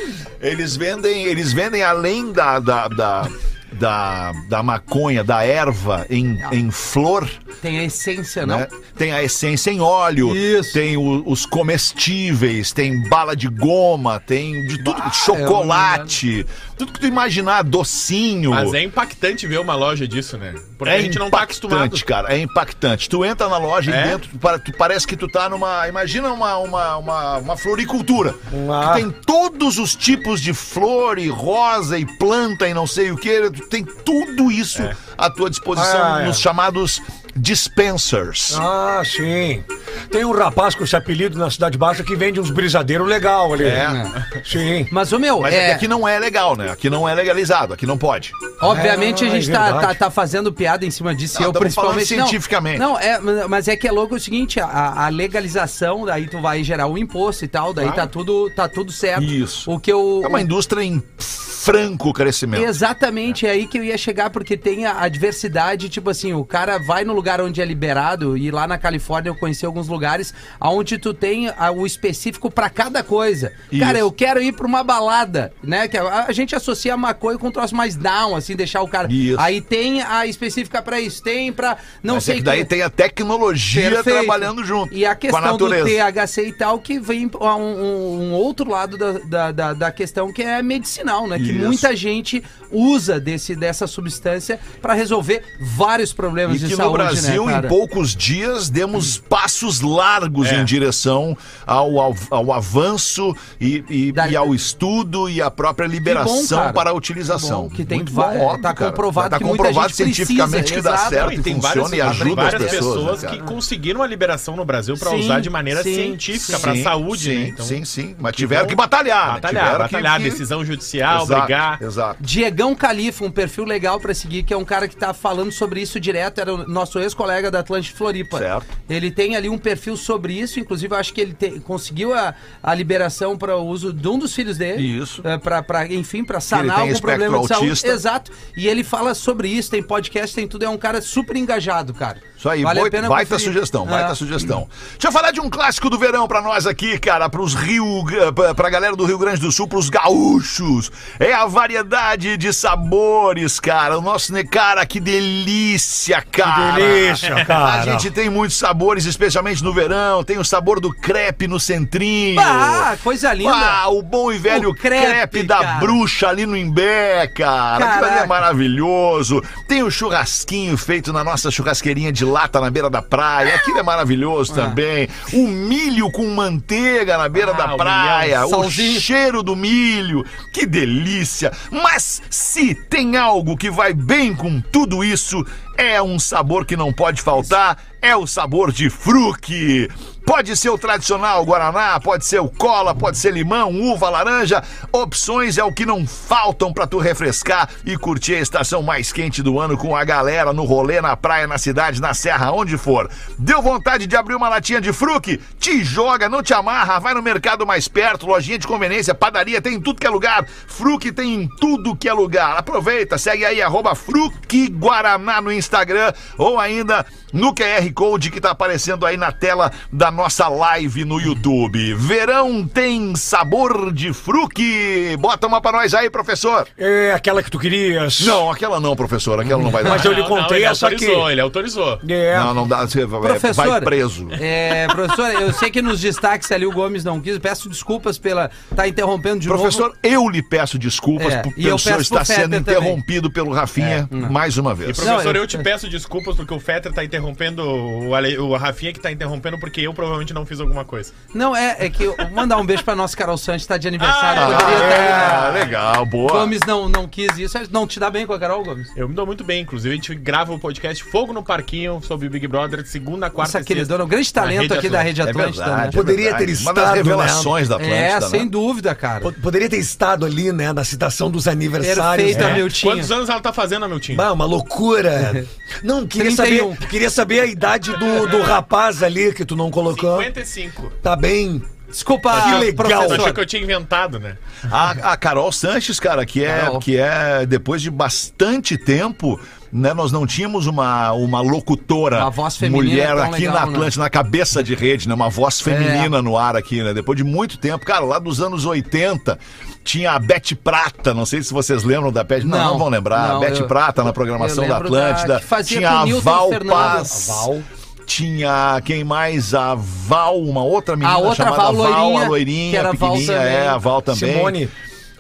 Eles vendem, eles vendem além da, da, da, da, da maconha, da erva em, em flor,
Tem a essência, não?
né? Tem a essência em óleo,
Isso.
tem o- os comestíveis, tem bala de goma, tem de tudo, chocolate, tudo que tu imaginar, docinho.
Mas é impactante ver uma loja disso, né? Porque
É
a gente não tá acostumado.
impactante, cara. É impactante. Tu entra na loja
É?
e dentro, tu, pare- tu parece que tu tá numa. Imagina uma, uma, uma, uma floricultura.
Uma-
Tu tem todos os tipos de flor e rosa e planta e não sei o que. Tu tem tudo isso
É.
à tua disposição
Ah, é.
nos chamados dispensers.
Ah, sim. Tem um rapaz com esse apelido na Cidade Baixa que vende uns brisadeiros legal ali.
É.
Sim.
Mas, ô meu,
Mas é
é,
que aqui não é legal, né? Aqui não é legalizado, aqui não pode.
obviamente a
É,
gente
é
tá,
verdade.
tá, tá fazendo piada em cima disso,
Não,
eu
tamo
principalmente.
falando cientificamente.
Não, não é, mas é que é louco o seguinte: a, a legalização, daí tu vai gerar um imposto e tal, daí tá, tudo, tá tudo certo.
Isso.
O que eu.
É uma indústria em franco crescimento.
Exatamente, é aí que eu ia chegar, porque tem a, a diversidade, tipo assim, o cara vai no lugar onde é liberado, e lá na Califórnia eu conheci alguns lugares onde tu tem a- o específico pra cada coisa. Cara, eu quero ir pra uma balada, né? Que a, a gente associa a maconha com um troço mais down, assim, deixar o cara.
Isso.
Aí tem a específica pra isso, tem pra. Não
Mas é
sei
que daí tem a tecnologia
Perfeito.
trabalhando junto
E a questão
com a
do
natureza.
THC e tal, que vem a um, um- um outro lado da, da, da, da questão que é medicinal, né? Que
Isso.
muita gente usa desse, dessa substância pra resolver vários problemas
E
de
que
saúde,
no Brasil,
né,
em
cara?
poucos dias, demos passos largos
É.
em direção ao, ao, ao avanço e, e-
Da-
e ao estudo e à própria liberação
cara.
para a
Que
utilização.
bom, que tem
Muito
va- é,
óbvio,
tá
cara.
comprovado
tá
que muita
comprovado
gente
cientificamente
precisa,
que dá
exato.
certo
Não, e
e
tem várias,
funciona e ajuda
várias
as pessoas.
pessoas
né,
que
cara?
conseguiram a liberação no Brasil pra
Sim,
usar de maneira
sim,
científica,
sim.
pra saúde,
sim,
né? Então,
sim, sim. Mas tiveram
Então,
que batalhar. né?
Batalhar,
tiveram
batalhar,
que, que...
decisão
ah,
judicial,
Exato,
brigar.
Exato.
Diegão Califa, um perfil legal pra seguir, que é um cara que tá falando sobre isso direto, era o nosso ex-colega da Atlântica Floripa.
Certo.
Ele tem ali um perfil sobre isso, inclusive eu acho que ele te- conseguiu a, a liberação para o uso de um dos filhos dele.
Isso.
É, pra, pra, enfim, para sanar
tem
algum
espectro
problema de saúde.
autista.
Exato. E ele fala sobre isso, tem podcast, tem tudo, é um cara super engajado, cara.
Isso aí,
vale
boi-
a pena
baita
conferir.
sugestão, baita
É.
sugestão. Deixa eu falar de um clássico do verão pra nós aqui, cara, pros Rio, pra- pra galera do Rio Grande do Sul, pros gaúchos. É a variedade de sabores, cara. O nosso ne- cara, que delícia, cara.
Delícia,
A
cara.
gente tem muitos sabores, especialmente no verão. Tem o sabor do crepe no centrinho.
Ah, coisa linda.
Ah, o bom e velho
O crepe,
crepe, da
cara.
bruxa ali no Imbé, cara. Aquilo ali
Caraca.
é maravilhoso. Tem o churrasquinho feito na nossa churrasqueirinha de lata na beira da praia. Aquilo é maravilhoso
Ah.
também. O milho com manteiga na beira
Ah,
da
o
praia.
milhão.
O
Salzinho.
cheiro do milho. Que delícia. Mas se tem algo que vai bem com tudo isso, é um sabor que não pode faltar. É o sabor de fruque. Pode ser o tradicional Guaraná, pode ser o cola, pode ser limão, uva, laranja. Opções é o que não faltam pra tu refrescar e curtir a estação mais quente do ano com a galera no rolê, na praia, na cidade, na serra, onde for. Deu vontade de abrir uma latinha de fruque? Te joga, não te amarra, vai no mercado mais perto, lojinha de conveniência, padaria, tem em tudo que é lugar. Fruque tem em tudo que é lugar. Aproveita, segue aí, arroba Fruque Guaraná no Instagram ou ainda no QR Code que tá aparecendo aí na tela da nossa live no YouTube. Verão tem sabor de fruque. Bota uma pra nós aí, professor.
É aquela que tu querias.
Não, aquela não, professor, aquela não vai dar.
Mas eu lhe contei
ele
essa aqui.
autorizou, ele autorizou.
É.
Não, não dá, você vai- vai preso.
É, professor, eu sei que nos destaques ali o Gomes não quis. Peço desculpas pela. Tá interrompendo de
Professor,
novo.
eu lhe peço desculpas
É,
por
e eu
pelo senhor
peço pro
estar sendo
Fetter também. É.
interrompido pelo Rafinha mais uma
E
vez.
professor,
Não, eu-
eu... te peço desculpas porque o Fetter tá interrompendo, o, Ale... o Rafinha que tá interrompendo porque eu provavelmente não fiz alguma coisa.
Não, é, é que eu vou mandar um beijo pra nossa Carol Santos, tá de aniversário.
Ah,
poderia
Ah,
estar aí, né?
legal, boa.
Gomes não, não quis isso. é, Não te dá bem com a Carol, Gomes?
Eu me dou muito bem, inclusive a gente grava o podcast Fogo no Parquinho sobre o Big Brother de segunda, quarta
Nossa
e sexta.
queridona, um grande talento
Rede
aqui da Rede
Atlântida.
É
Atlântida.
verdade.
né?
Poderia ter estado. Uma das revelações da Atlântida.
É,
né?
sem dúvida, cara.
Po- Poderia ter estado ali, né, na citação dos aniversários.
Perfeita,
né?
meu time.
É. Quantos anos ela tá fazendo, meu time?
Bah, uma loucura. Não, queria
31.
saber, queria saber a idade do, do rapaz ali que tu não colocou.
55.
Tá bem.
Desculpa,
Que legal.
Você achou
Ah, professor.
que eu tinha inventado, né?
A, a Carol Sanches, cara, que é,
Carol.
que é depois de bastante tempo, né? Nós não tínhamos uma, uma locutora
Uma voz feminina
mulher
tão
aqui
legal,
na
né? É.
Atlântida, na cabeça de rede, né? Uma voz feminina no ar aqui, né? Depois de muito tempo, cara, lá dos anos 80. Tinha a Bete Prata, não sei se vocês lembram da Bete, não,
Não,
não vão lembrar,
não,
a Bete
eu-
Prata na programação
eu
da
lembro da-
Atlântida,
que fazia
tinha
com
a
Nilton
Val
Fernando.
Paz,
A Val.
tinha quem mais? A Val, uma outra menina
outra
chamada
Val
Val, a
loirinha,
loirinha,
que era a Val
pequenininha,
também.
é, a Val também.
Simone.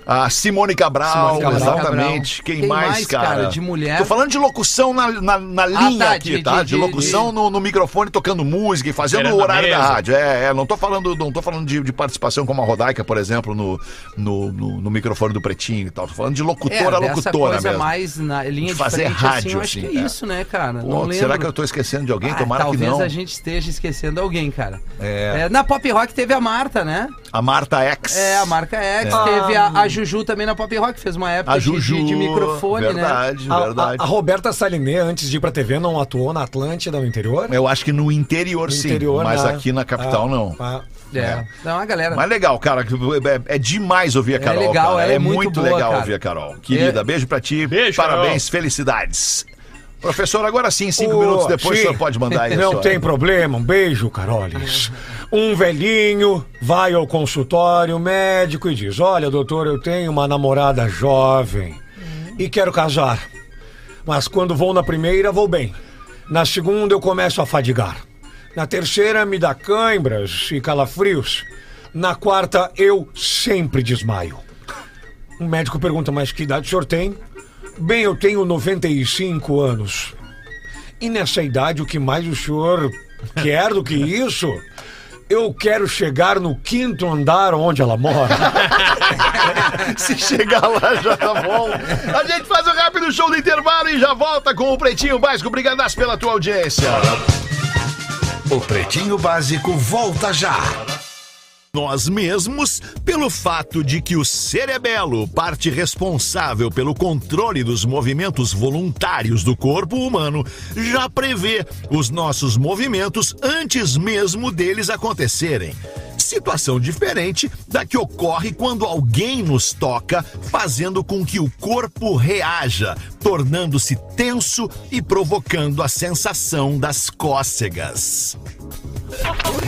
A Simone Cabral,
Simone Cabral.
exatamente. Quem, mais, cara?
de mulher?
Tô falando de locução na, na, na linha
tá,
aqui,
de-
tá?
de-
De,
de-
locução No, no microfone, tocando música e fazendo
Esperando
o
a
horário da
mesa.
rádio. É, é, não tô falando, não tô falando de, de participação como a Rodaica, por exemplo, no, no, no, no microfone do Pretinho e tal. Tô falando de locutora,
É, dessa
locutora
coisa
mesmo.
mais na linha de,
fazer
frente, assim,
rádio,
eu acho
assim,
que é
é.
isso, né, cara?
Pô,
não lembro.
será que eu tô esquecendo de alguém?
Ah,
Tomara que
talvez
não.
a gente esteja esquecendo alguém, cara.
É.
na Pop Rock teve a Marta, né?
A Marta X.
É, a marca X. Teve a, a Juju também na Pop Rock, fez uma época
Ah. A
de- de-
Juju.
de, microfone, né?
verdade,
A, a-
verdade.
a Roberta Saliné, antes de ir pra TV, não atuou na Atlântida, no interior?
Eu acho que no interior,
No
sim,
interior,
mas
né?
aqui na capital
Ah,
não.
ah.
É. Não, a galera.
Mas legal, cara. é- É, demais ouvir a Carol.
legal,
cara.
ela é
muito,
muito boa,
legal
cara.
ouvir a Carol. Querida,
É.
beijo pra ti.
Beijo,
Parabéns,
Carol.
professor. Professor, agora sim, cinco
Ô,
minutos depois,
sim.
o senhor pode mandar aí. a
Não
sua-
tem problema, um beijo, Carolis. Um velhinho vai ao consultório médico e diz: Olha, doutor, eu tenho uma namorada jovem e quero casar. Mas quando vou na primeira, vou bem. Na segunda, eu começo a fadigar. Na terceira, me dá cãibras e calafrios. Na quarta, eu sempre desmaio. O médico pergunta: Mas que idade o senhor tem? Bem, eu tenho 95 anos. E nessa idade, o que mais o senhor quer do que isso? Eu quero chegar no quinto andar onde ela mora.
Se chegar lá já tá bom. A gente faz um rápido show do intervalo e já volta com o Pretinho Básico. Obrigadas pela tua audiência.
O Pretinho Básico volta já.
Nós mesmos, pelo fato de que o cerebelo, parte responsável pelo controle dos movimentos voluntários do corpo humano, já prevê os nossos movimentos antes mesmo deles acontecerem. Situação diferente da que ocorre quando alguém nos toca, fazendo com que o corpo reaja, tornando-se tenso e provocando a sensação das cócegas.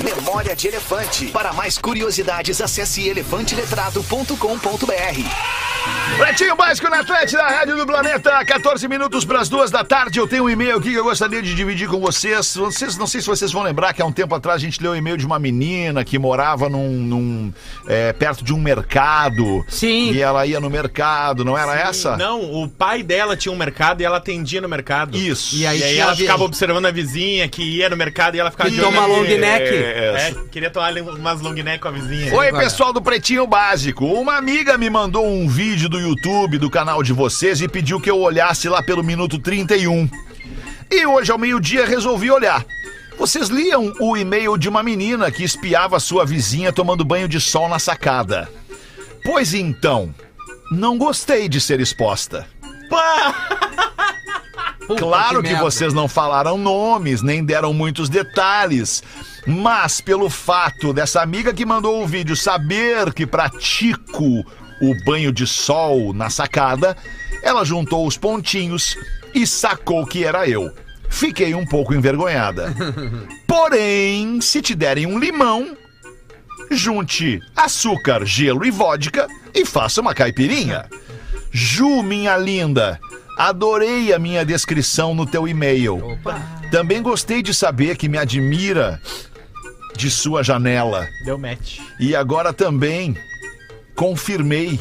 Memória de Elefante. Para mais curiosidades, acesse elefanteletrado.com.br.
Pretinho Básico na Atlântida, Rádio do Planeta, 14 minutos para as duas da tarde. Eu tenho um e-mail aqui que eu gostaria de dividir com vocês. vocês. Não sei se vocês vão lembrar que há um tempo atrás a gente leu um e-mail de uma menina que morava num, num, é, perto de um mercado.
Sim.
E ela ia no mercado, não era essa?
Não, o pai dela tinha um mercado e ela atendia no mercado.
Isso.
E aí,
E aí
ela
ela via-
ficava observando a vizinha que ia no mercado e ela ficava
E toma
na
Então, long
vizinha.
neck.
É, queria tomar ali umas long neck com a vizinha.
Oi, pessoal do Pretinho Básico. Uma amiga me mandou um vídeo do YouTube do canal de vocês e pediu um. que eu olhasse lá pelo minuto 31. E hoje, ao meio-dia, resolvi olhar. Vocês liam o e-mail de uma menina que espiava sua vizinha tomando banho de sol na sacada. Pois então, não gostei de ser exposta.
Puta
Claro que,
merda.
vocês não falaram nomes, nem deram muitos detalhes. Mas pelo fato dessa amiga que mandou o vídeo saber que pratico o banho de sol na sacada, ela juntou os pontinhos e sacou que era eu. Fiquei um pouco envergonhada. Porém, se te derem um limão, junte açúcar, gelo e vodka e faça uma caipirinha. Ju, minha linda, adorei a minha descrição no teu e-mail. Também gostei de saber que me admira de sua janela.
Deu match.
E agora também confirmei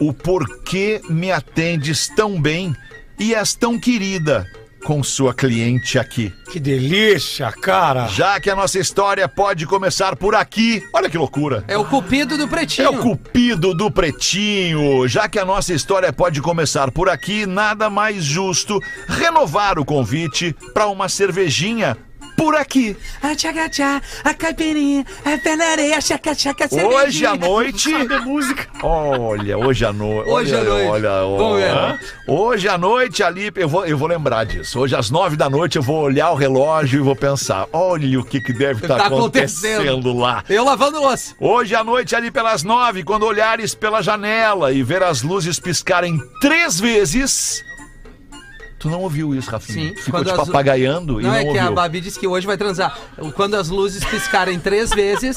o porquê me atendes tão bem e és tão querida com sua cliente aqui.
Que delícia, cara.
Já que a nossa história pode começar por aqui. Olha que loucura.
É o cupido do pretinho.
É o cupido do pretinho. Já que a nossa história pode começar por aqui, nada mais justo renovar o convite para uma cervejinha por aqui.
A tchá, a caipirinha, a penareia, a chaca-chaca,
Hoje à noite. Olha, hoje à noite.
Hoje à
olha,
noite.
Olha,
Vamos ver.
olha. Hoje à noite ali, eu vou, eu vou lembrar disso. Hoje às nove da noite eu vou olhar o relógio e vou pensar: olha o que, que deve estar
Tá acontecendo.
acontecendo. lá.
Eu lavando louça.
Hoje à noite, ali pelas nove, quando olhares pela janela e ver as luzes piscarem três vezes. Tu não ouviu isso, Rafinha?
Sim,
Tu ficou
quando
te
as-
papagaiando e
Não,
não
é que
ouviu.
a Babi disse que hoje vai transar. Quando as luzes piscarem três vezes.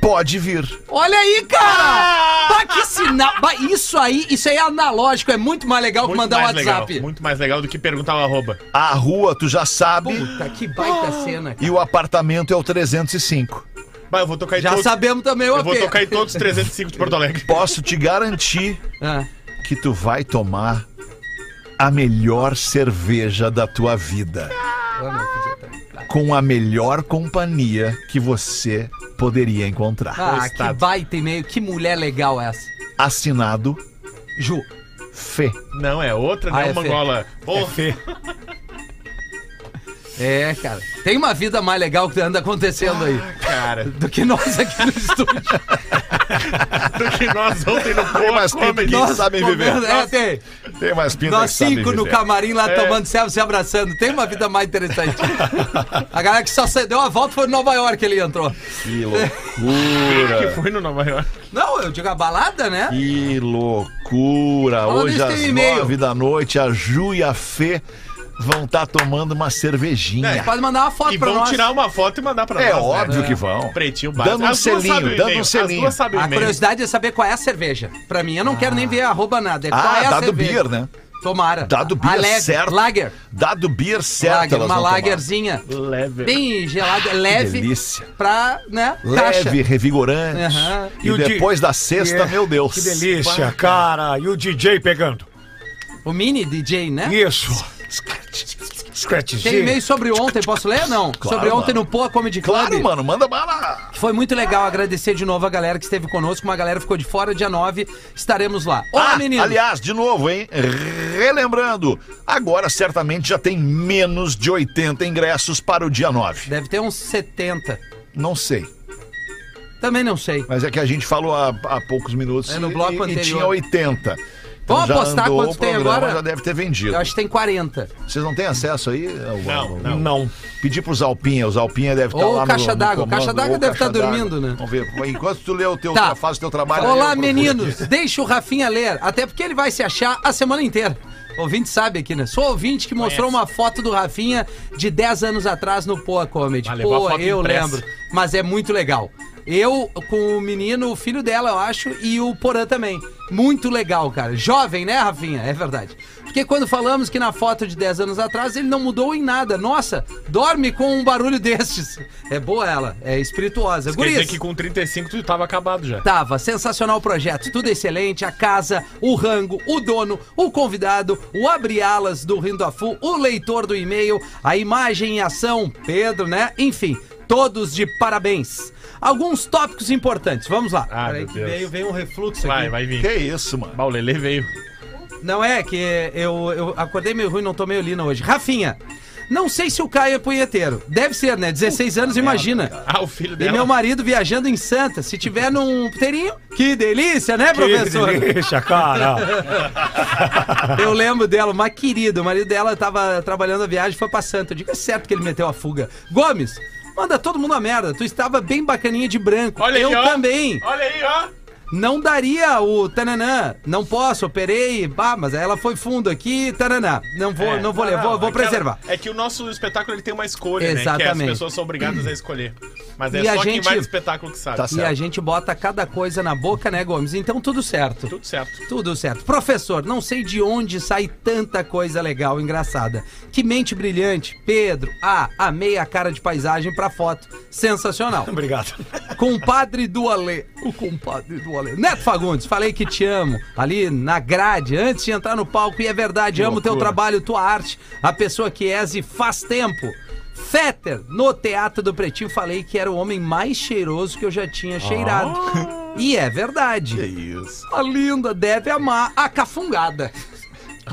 Pode vir.
Olha aí, cara! Bah, que sinal! Bah, isso aí, isso aí é analógico, é muito mais legal que mandar um
mais
WhatsApp.
Legal, muito mais legal do que perguntar o arroba.
A rua, tu já sabe,
Puta, que baita cena, cara.
e o apartamento é o 305.
Mas eu vou tocar em
Já
todos.
sabemos também o
Eu vou
AP.
tocar em todos os 305 de Porto Alegre.
Posso te garantir
Ah.
que tu vai tomar a melhor cerveja da tua vida.
Ah, tá
Com a melhor companhia que você poderia encontrar.
Ah, que
Estado.
baita e-mail, que mulher legal essa.
Assinado
Ju,
Fê.
Não, é outra, não
Ah,
é
é
uma
feio.
Angola. Porra.
é, cara, tem uma vida mais legal que anda acontecendo aí
Cara,
do que nós aqui no estúdio.
do que nós ontem no Poa
mais pinta
Comedy.
que Eles sabem viver.
comendo- É, tem.
Tem mais pinta
Nós
que sabe
cinco no
viver.
camarim lá
É.
tomando selfie, se abraçando. Tem uma vida mais interessante. a galera que só sa- deu uma volta foi em Nova York que ele entrou.
Que loucura.
Que foi no Nova York.
Não, eu digo a balada, né?
que loucura.
Fala
Hoje
desse teu
às
e-mail.
nove da noite, a Ju e a Fê vão estar tomando uma cervejinha.
Pode mandar uma foto
E
pra
vão
nós.
tirar uma foto e mandar pra
É
nós. né?
óbvio que vão.
Pretinho básico.
Dando um
As duas sabem o
selinho, dando
e-mail.
um
As
selinho.
duas sabem o
A
e-mail.
curiosidade é saber qual é a cerveja. Pra mim, eu não quero nem ver arroba nada. É qual
Ah,
é a
dado
cerveja.
beer, né?
Tomara.
Dado
a
beer
leve,
certo.
Lager.
Dado beer certo,
lager.
elas
Uma
vão tomar. Ah,
lagerzinha.
Leve.
Bem gelada, leve.
delícia.
Pra, né? taxa.
Leve, revigorante.
Aham.
E, depois da
É,
sexta, meu Deus.
É, Que delícia, cara. E o DJ pegando.
O mini DJ, né?
Isso. Scratch.
Tem e-mail sobre ontem, posso ler? Não. sobre ontem
mano.
no Poa Comedy Club.
Claro, mano, manda bala.
Foi muito legal agradecer de novo a galera que esteve conosco. Uma galera ficou de fora, dia 9. Estaremos lá. Olá,
Ah,
meninos.
Aliás, de novo, hein? Relembrando, agora certamente já tem menos de 80 ingressos para o dia 9.
Deve ter uns 70.
Não sei.
Também não sei.
Mas é que a gente falou há, há poucos minutos
É, no
e-
bloco
e, e
anterior.
tinha 80. Então
Vamos
já
apostar
andou
quanto
o
tem
programa,
agora?
Já deve ter vendido.
Eu acho que tem 40.
Vocês não têm acesso aí?
Não, não.
Não.
Pedir pros Alpinha, os Alpinha devem estar
Ou
lá no-
Caixa
no
d'Água.
comando,
Caixa d'Água
ou
deve
Caixa
estar
d'Água.
dorminho, né?
Vamos ver. Enquanto tu lê o teu,
Tá.
faz o teu trabalho. eu
Olá,
procuro
meninos.
aqui.
Deixa o Rafinha ler. Até porque ele vai se achar a semana inteira. Ouvinte sabe aqui, né? Sou ouvinte que mostrou uma foto do Rafinha de 10 anos atrás no Poa Comedy.
Vai levar a
Pô,
foto
eu
impressa.
lembro. Mas é muito legal. Eu com o menino, o filho dela, eu acho, e o Porã também. Muito legal, cara. Jovem, né, Rafinha? É verdade. Porque quando falamos que na foto de 10 anos atrás ele não mudou em nada. Nossa, dorme com um barulho destes. É boa ela, é espirituosa.
Quer dizer
Guris.
que com 35 tu tava acabado já.
Tava, sensacional o projeto, tudo excelente, a casa, o rango, o dono, o convidado, o abre-alas do Rindo a Fu, o leitor do e-mail, a imagem em ação, Pedro, né? Enfim, todos de parabéns. Alguns tópicos importantes, vamos lá.
Ah,
Peraí
meu
que
Deus.
veio, veio um refluxo
Vai,
aqui.
vai vir.
Que isso, mano.
Bah, o Lelê veio.
Não é que eu, eu acordei meio ruim, não tô meio lina hoje. Rafinha, Não sei se o Caio é punheteiro. Deve ser, né? 16 anos, imagina.
Ah, o filho
E
dela.
meu marido viajando em Santa. Se tiver num puteirinho, que delícia, né, professor?
Deixa, cara.
Eu lembro dela, uma querida. O marido dela tava trabalhando a viagem foi pra Santa. Eu digo, é certo que ele meteu a fuga. Gomes, manda todo mundo a merda. Tu estava bem bacaninha de branco.
Olha aí,
Eu
ó.
também.
Olha aí, ó.
Não daria o tananã. Não posso, operei. Bah, mas ela foi fundo aqui, tananã. Não vou,
É.
não vou levar, vou, vou
aquela-
preservar.
É que o nosso espetáculo ele tem uma escolha, né? Que
Exatamente.
as pessoas são obrigadas a escolher. Mas é
E a
só quem
gente-
vai no espetáculo que sabe.
Tá
E a
certo.
gente bota cada coisa na boca, né, Gomes? Então tudo certo.
Tudo certo.
Tudo certo. Professor, não sei de onde sai tanta coisa legal, engraçada. Que mente brilhante. Pedro, ah, amei a cara de paisagem pra foto. Sensacional.
Obrigado.
Compadre do Alê. O compadre do Alê. Neto Fagundes, falei que te amo. Tá Ali na grade, antes de entrar no palco. E é verdade, amo teu trabalho, tua arte. A pessoa que és e faz tempo. Fetter, no Teatro do Pretinho, falei que era o homem mais cheiroso que eu já tinha cheirado. E é verdade.
Isso.
A linda deve amar a cafungada.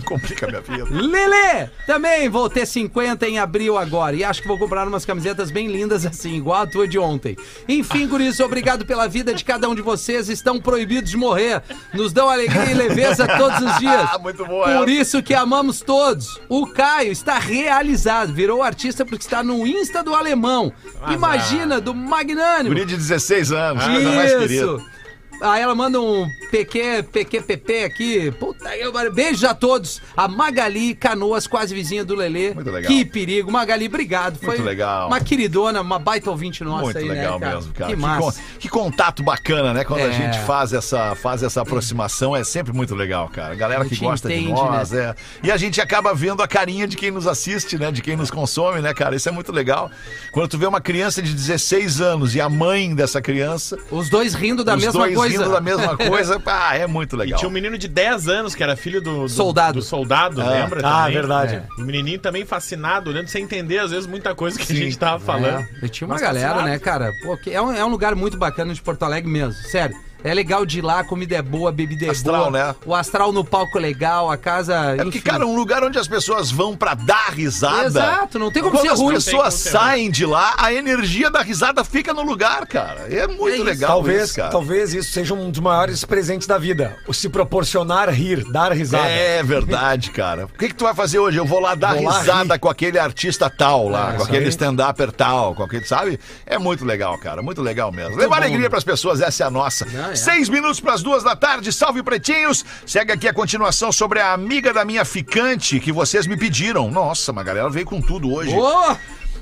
Complica minha vida.
Lele! Também vou ter 50 em abril agora. E acho que vou comprar umas camisetas bem lindas assim, igual a tua de ontem. Enfim, guris, obrigado pela vida de cada um de vocês. Estão proibidos de morrer. Nos dão alegria e leveza todos os dias.
Muito boa
Por
essa.
isso que amamos todos. O Caio está realizado. Virou artista porque está no Insta do Alemão. Imagina, do Magnânimo.
Guri de 16 anos, coisa mais querida.
Isso! Aí ela manda um PQ, PQPP aqui. Puta que pariu. Beijo a todos. A Magali Canoas, quase vizinha do Lelê.
Muito legal.
Que perigo. Magali, obrigado. Foi
Muito legal.
Uma queridona, uma baita ouvinte nossa
Muito
aí,
legal
né, cara?
mesmo, cara.
Que massa.
con- que contato bacana, né? Quando a
É.
gente faz essa, faz essa aproximação, é sempre muito legal, cara. A galera
A
que
gente
gosta de
entende, né?
nós, é. E a gente acaba vendo a carinha de quem nos assiste, né? De quem nos consome, né, cara? Isso é muito legal. Quando tu vê uma criança de 16 anos e a mãe dessa criança,
Os dois rindo da
os
mesma
dois
coisa.
rindo da mesma coisa, ah, é muito
E
legal.
tinha um menino de 10 anos que era filho do, do-
Soldado.
do soldado,
Ah.
lembra?
Ah,
também?
verdade.
É. E o menininho também fascinado, olhando sem entender às vezes muita coisa que a gente tava falando.
É, eu tinha uma
tá
Mas
galera,
fascinado.
né, cara? Pô, que é, um, é um lugar muito bacana de Porto Alegre mesmo, sério. É legal de ir lá, a comida é boa, a bebida é boa.
Astral, né?
O astral no palco é legal, a casa.
É porque,
enfim.
cara, é um lugar onde as pessoas vão pra dar risada.
Exato, não tem como
Quando
ser ruim.
as
Não tem como
pessoas
ser
saem de lá, a energia da risada fica no lugar, cara. É muito legal
Talvez,
isso, cara.
talvez isso seja um dos maiores presentes da vida. O se proporcionar rir, dar risada.
É verdade, cara. O que, que tu vai fazer hoje? Eu vou lá dar
Vou lá
risada
rir. Ah,
com aquele artista tal lá, com
isso
aquele
aí.
stand-upper tal, com aquele, sabe? É muito legal, cara. Muito legal mesmo. Levar alegria pras pessoas, essa é a nossa.
é.
Seis minutos pras duas da tarde, salve pretinhos. Segue aqui a continuação sobre a amiga da minha ficante que vocês me pediram. Nossa, uma galera veio com tudo hoje.
Boa!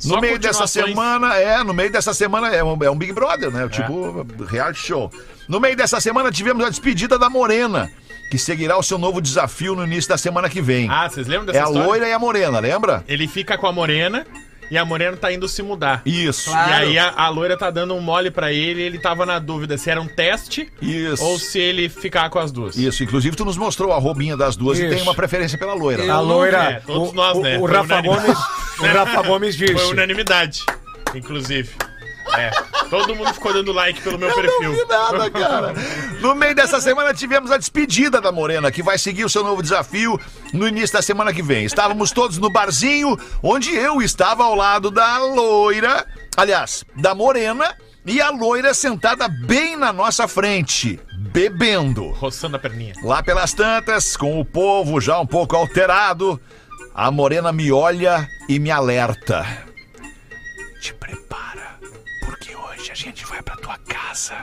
No
Só
meio dessa
continuações.
semana, é, no meio dessa semana é um, é um Big Brother, né? Tipo, reality show. No meio dessa semana tivemos a despedida da Morena, que seguirá o seu novo desafio no início da semana que vem.
Ah, vocês lembram
é
dessa
a
história?
loira e a morena, lembra?
Ele fica com a morena e a morena tá indo se mudar.
Isso.
Claro.
E aí a, a loira tá dando um mole pra ele e ele tava na dúvida se era um teste
Isso.
ou se ele ficar com as duas.
Isso, inclusive tu nos mostrou a roubinha das duas e
Isso.
tem uma preferência pela loira.
A loira.
É, todos
o,
nós,
o-
né?
O,
Foi
Rafa
unânime.
Gomes, o Rafa Gomes disse.
Foi unanimidade, inclusive. É, todo mundo ficou dando like pelo meu perfil.
Não vi nada, cara. No meio dessa semana tivemos a despedida da Morena, que vai seguir o seu novo desafio no início da semana que vem. Estávamos todos no barzinho, onde eu estava ao lado da loira, aliás, da Morena, e a loira sentada bem na nossa frente, bebendo.
Roçando a perninha.
Lá pelas tantas, com o povo já um pouco alterado, a Morena me olha e me alerta. Te prepara, porque hoje a gente vai pra tua casa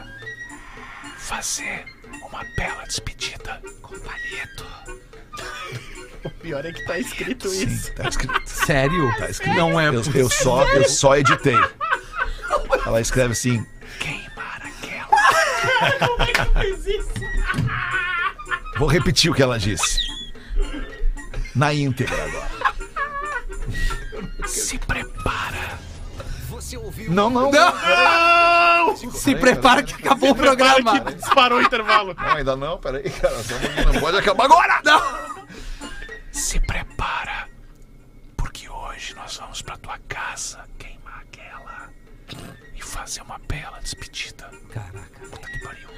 fazer uma bela despedida com palheto.
Pior é que tá escrito isso.
Sim, tá escrito.
Sério?
Tá escrito.
Não é
Eu, eu só, eu só editei. Ela escreve assim: queimar aquela. Como é que fez isso? Vou repetir o que ela disse. Na íntegra agora. Se prepara. Não, não, não.
Se prepara que acabou o programa.
Para que disparou o intervalo.
Ainda não, peraí, cara. um Não pode acabar agora! Não! Se prepara, porque hoje nós vamos pra tua casa queimar aquela e fazer uma bela despedida.
Caraca,
Puta que pariu.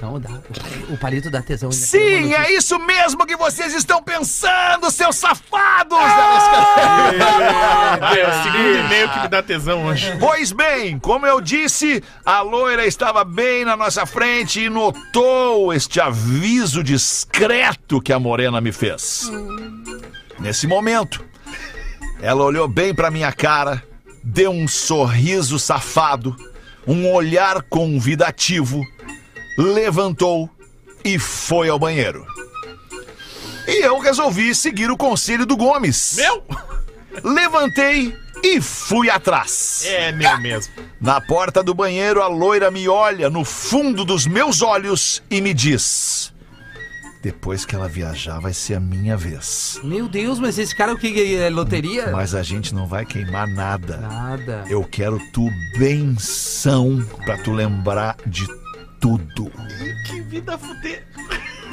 não dá. O palito dá tesão. hein?
Sim, é isso mesmo que vocês estão pensando, seus safados! da
Ah, é o segundo e-mail que me dá tesão hoje.
Pois bem, como eu disse, a loira estava bem na nossa frente e notou este aviso discreto que a morena me fez. Nesse momento, ela olhou bem para minha cara, deu um sorriso safado, um olhar convidativo, levantou e foi ao banheiro. E eu resolvi seguir o conselho do Gomes.
Meu?
Levantei e fui atrás.
É meu mesmo.
Na porta do banheiro, a loira me olha no fundo dos meus olhos e me diz: Depois que ela viajar, vai ser a minha vez.
Meu Deus, mas esse cara o que? É loteria?
Mas a gente não vai queimar nada.
Nada.
Eu quero tu benção pra tu lembrar de tudo.
Que vida fuder.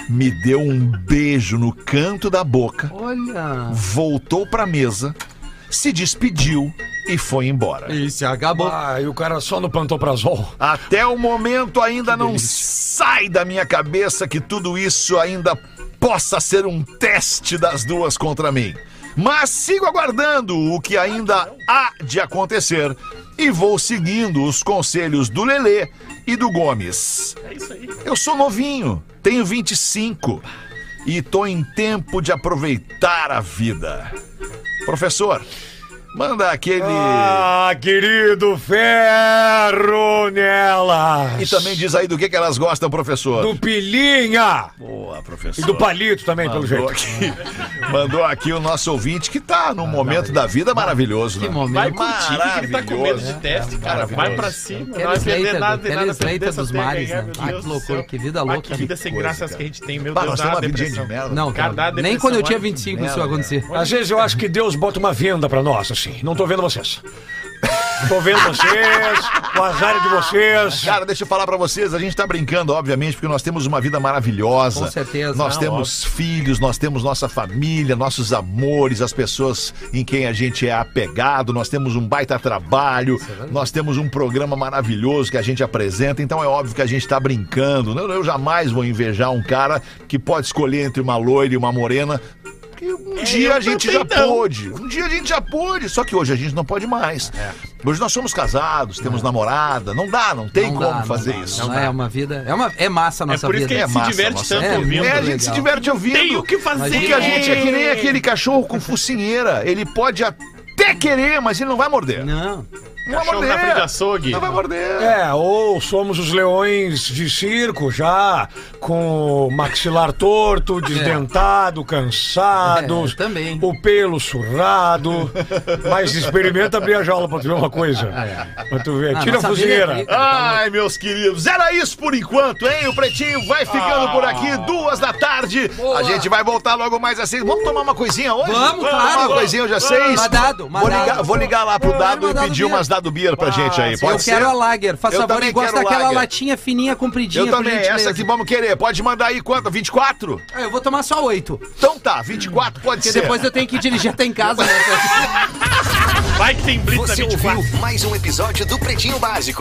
Me deu um beijo no canto da boca,
Olha.
voltou pra mesa, se despediu e foi embora.
E se acabou.
Ah, e o cara só no pantoprazol.
Até o momento ainda não sai da minha cabeça que tudo isso ainda possa ser um teste das duas contra mim. Mas sigo aguardando o que ainda há de acontecer e vou seguindo os conselhos do Lelê e do Gomes.
É isso aí.
Eu sou novinho, tenho 25 e tô em tempo de aproveitar a vida. Professor, manda aquele
Ah, querido ferro nela.
e também diz aí do que que elas gostam, professor.
Do pilinha.
Boa,
E
professor.
do palito também, pelo
Mandou
jeito.
aqui, mandou aqui o nosso ouvinte que tá num momento da vida maravilhoso, né?
Que momento.
Vai curtir, que ele tá com medo de
maravilhoso.
teste, cara. Vai pra cima.
Kelly
Não vai perder
Slater,
nada, tem
Kelly
nada a
Slater
perder, só
dos
tem a
mares,
ganhar,
né?
meu
Ah, que
Deus do
loucura,
céu.
que vida
Ah,
louca,
Que vida sem
coisa,
graças
cara.
que a gente tem, meu
Bah,
Deus,
nós
dá
temos
uma
uma vidinha de
depressão. É
merda.
Não,
Cara, dá
nem
depressão,
quando eu tinha
olha.
25 isso
Merda.
vai acontecer.
Às vezes eu acho que Deus bota uma venda pra nós, assim. Não tô vendo vocês. Tô vendo vocês, o azar é de vocês.
Cara, deixa eu falar pra vocês, a gente tá brincando, obviamente, porque nós temos uma vida maravilhosa.
Com certeza.
Nós
Não,
temos filhos, nós temos nossa família, nossos amores, as pessoas em quem a gente é apegado, nós temos um baita trabalho, nós temos um programa maravilhoso que a gente apresenta, então é óbvio que a gente tá brincando. Eu, eu jamais vou invejar um cara que pode escolher entre uma loira e uma morena. porque Um dia
eu
a gente já
também não.
pôde. Um dia a gente já pôde. Só que hoje a gente não pode mais. Hoje nós somos casados, temos namorada. Não dá, não tem
Não
como
dá, não
fazer
dá,
isso.
Não, dá, é uma vida. É, uma, é massa a nossa
por isso
vida.
que é
massa,
se diverte
massa.
tanto
É,
ouvindo.
É, a
Muito
gente se
legal.
diverte ouvindo.
Tem o que fazer.
Porque a gente é que nem aquele cachorro com focinheira. Ele pode até querer, mas ele não vai morder.
Não.
Não, vai
Cachorro
morder.
na frente de açougue.
Não vai morder.
É, ou somos os leões de circo já, com o maxilar torto, desdentado, cansados,
É, também.
o pelo surrado. Mas experimenta abrir a jaula pra tu ver uma coisa. Pra tu ver.
Ah,
Tira a
nossa vida é
fuzileira.
rica.
Ai, meus queridos, era isso por enquanto, hein? O Pretinho vai ficando por aqui, duas da tarde.
Boa.
A gente vai voltar logo mais às seis. Vamos tomar uma coisinha hoje?
Vamos, claro.
tomar uma coisinha hoje às seis.
Madado,
Vou ligar,
madado.
vou ligar lá pro
Eu
Dado e
quero Dado
pedir
Beer.
umas Dado Beer pra gente aí. Pode
eu
ser?
quero a Lager. Faz
Eu
favor,
também
eu gosto
quero
daquela
Lager.
latinha fininha, compridinha.
Eu também,
por gentileza.
essa que vamos querer. Pode mandar aí quanto? 24?
Ah, Eu vou tomar só oito. Porque
Então tá, 24 pode ser.
depois eu tenho que dirigir até em casa, né?
Vai que tem blitz na
Você
24.
ouviu mais um episódio do Pretinho Básico.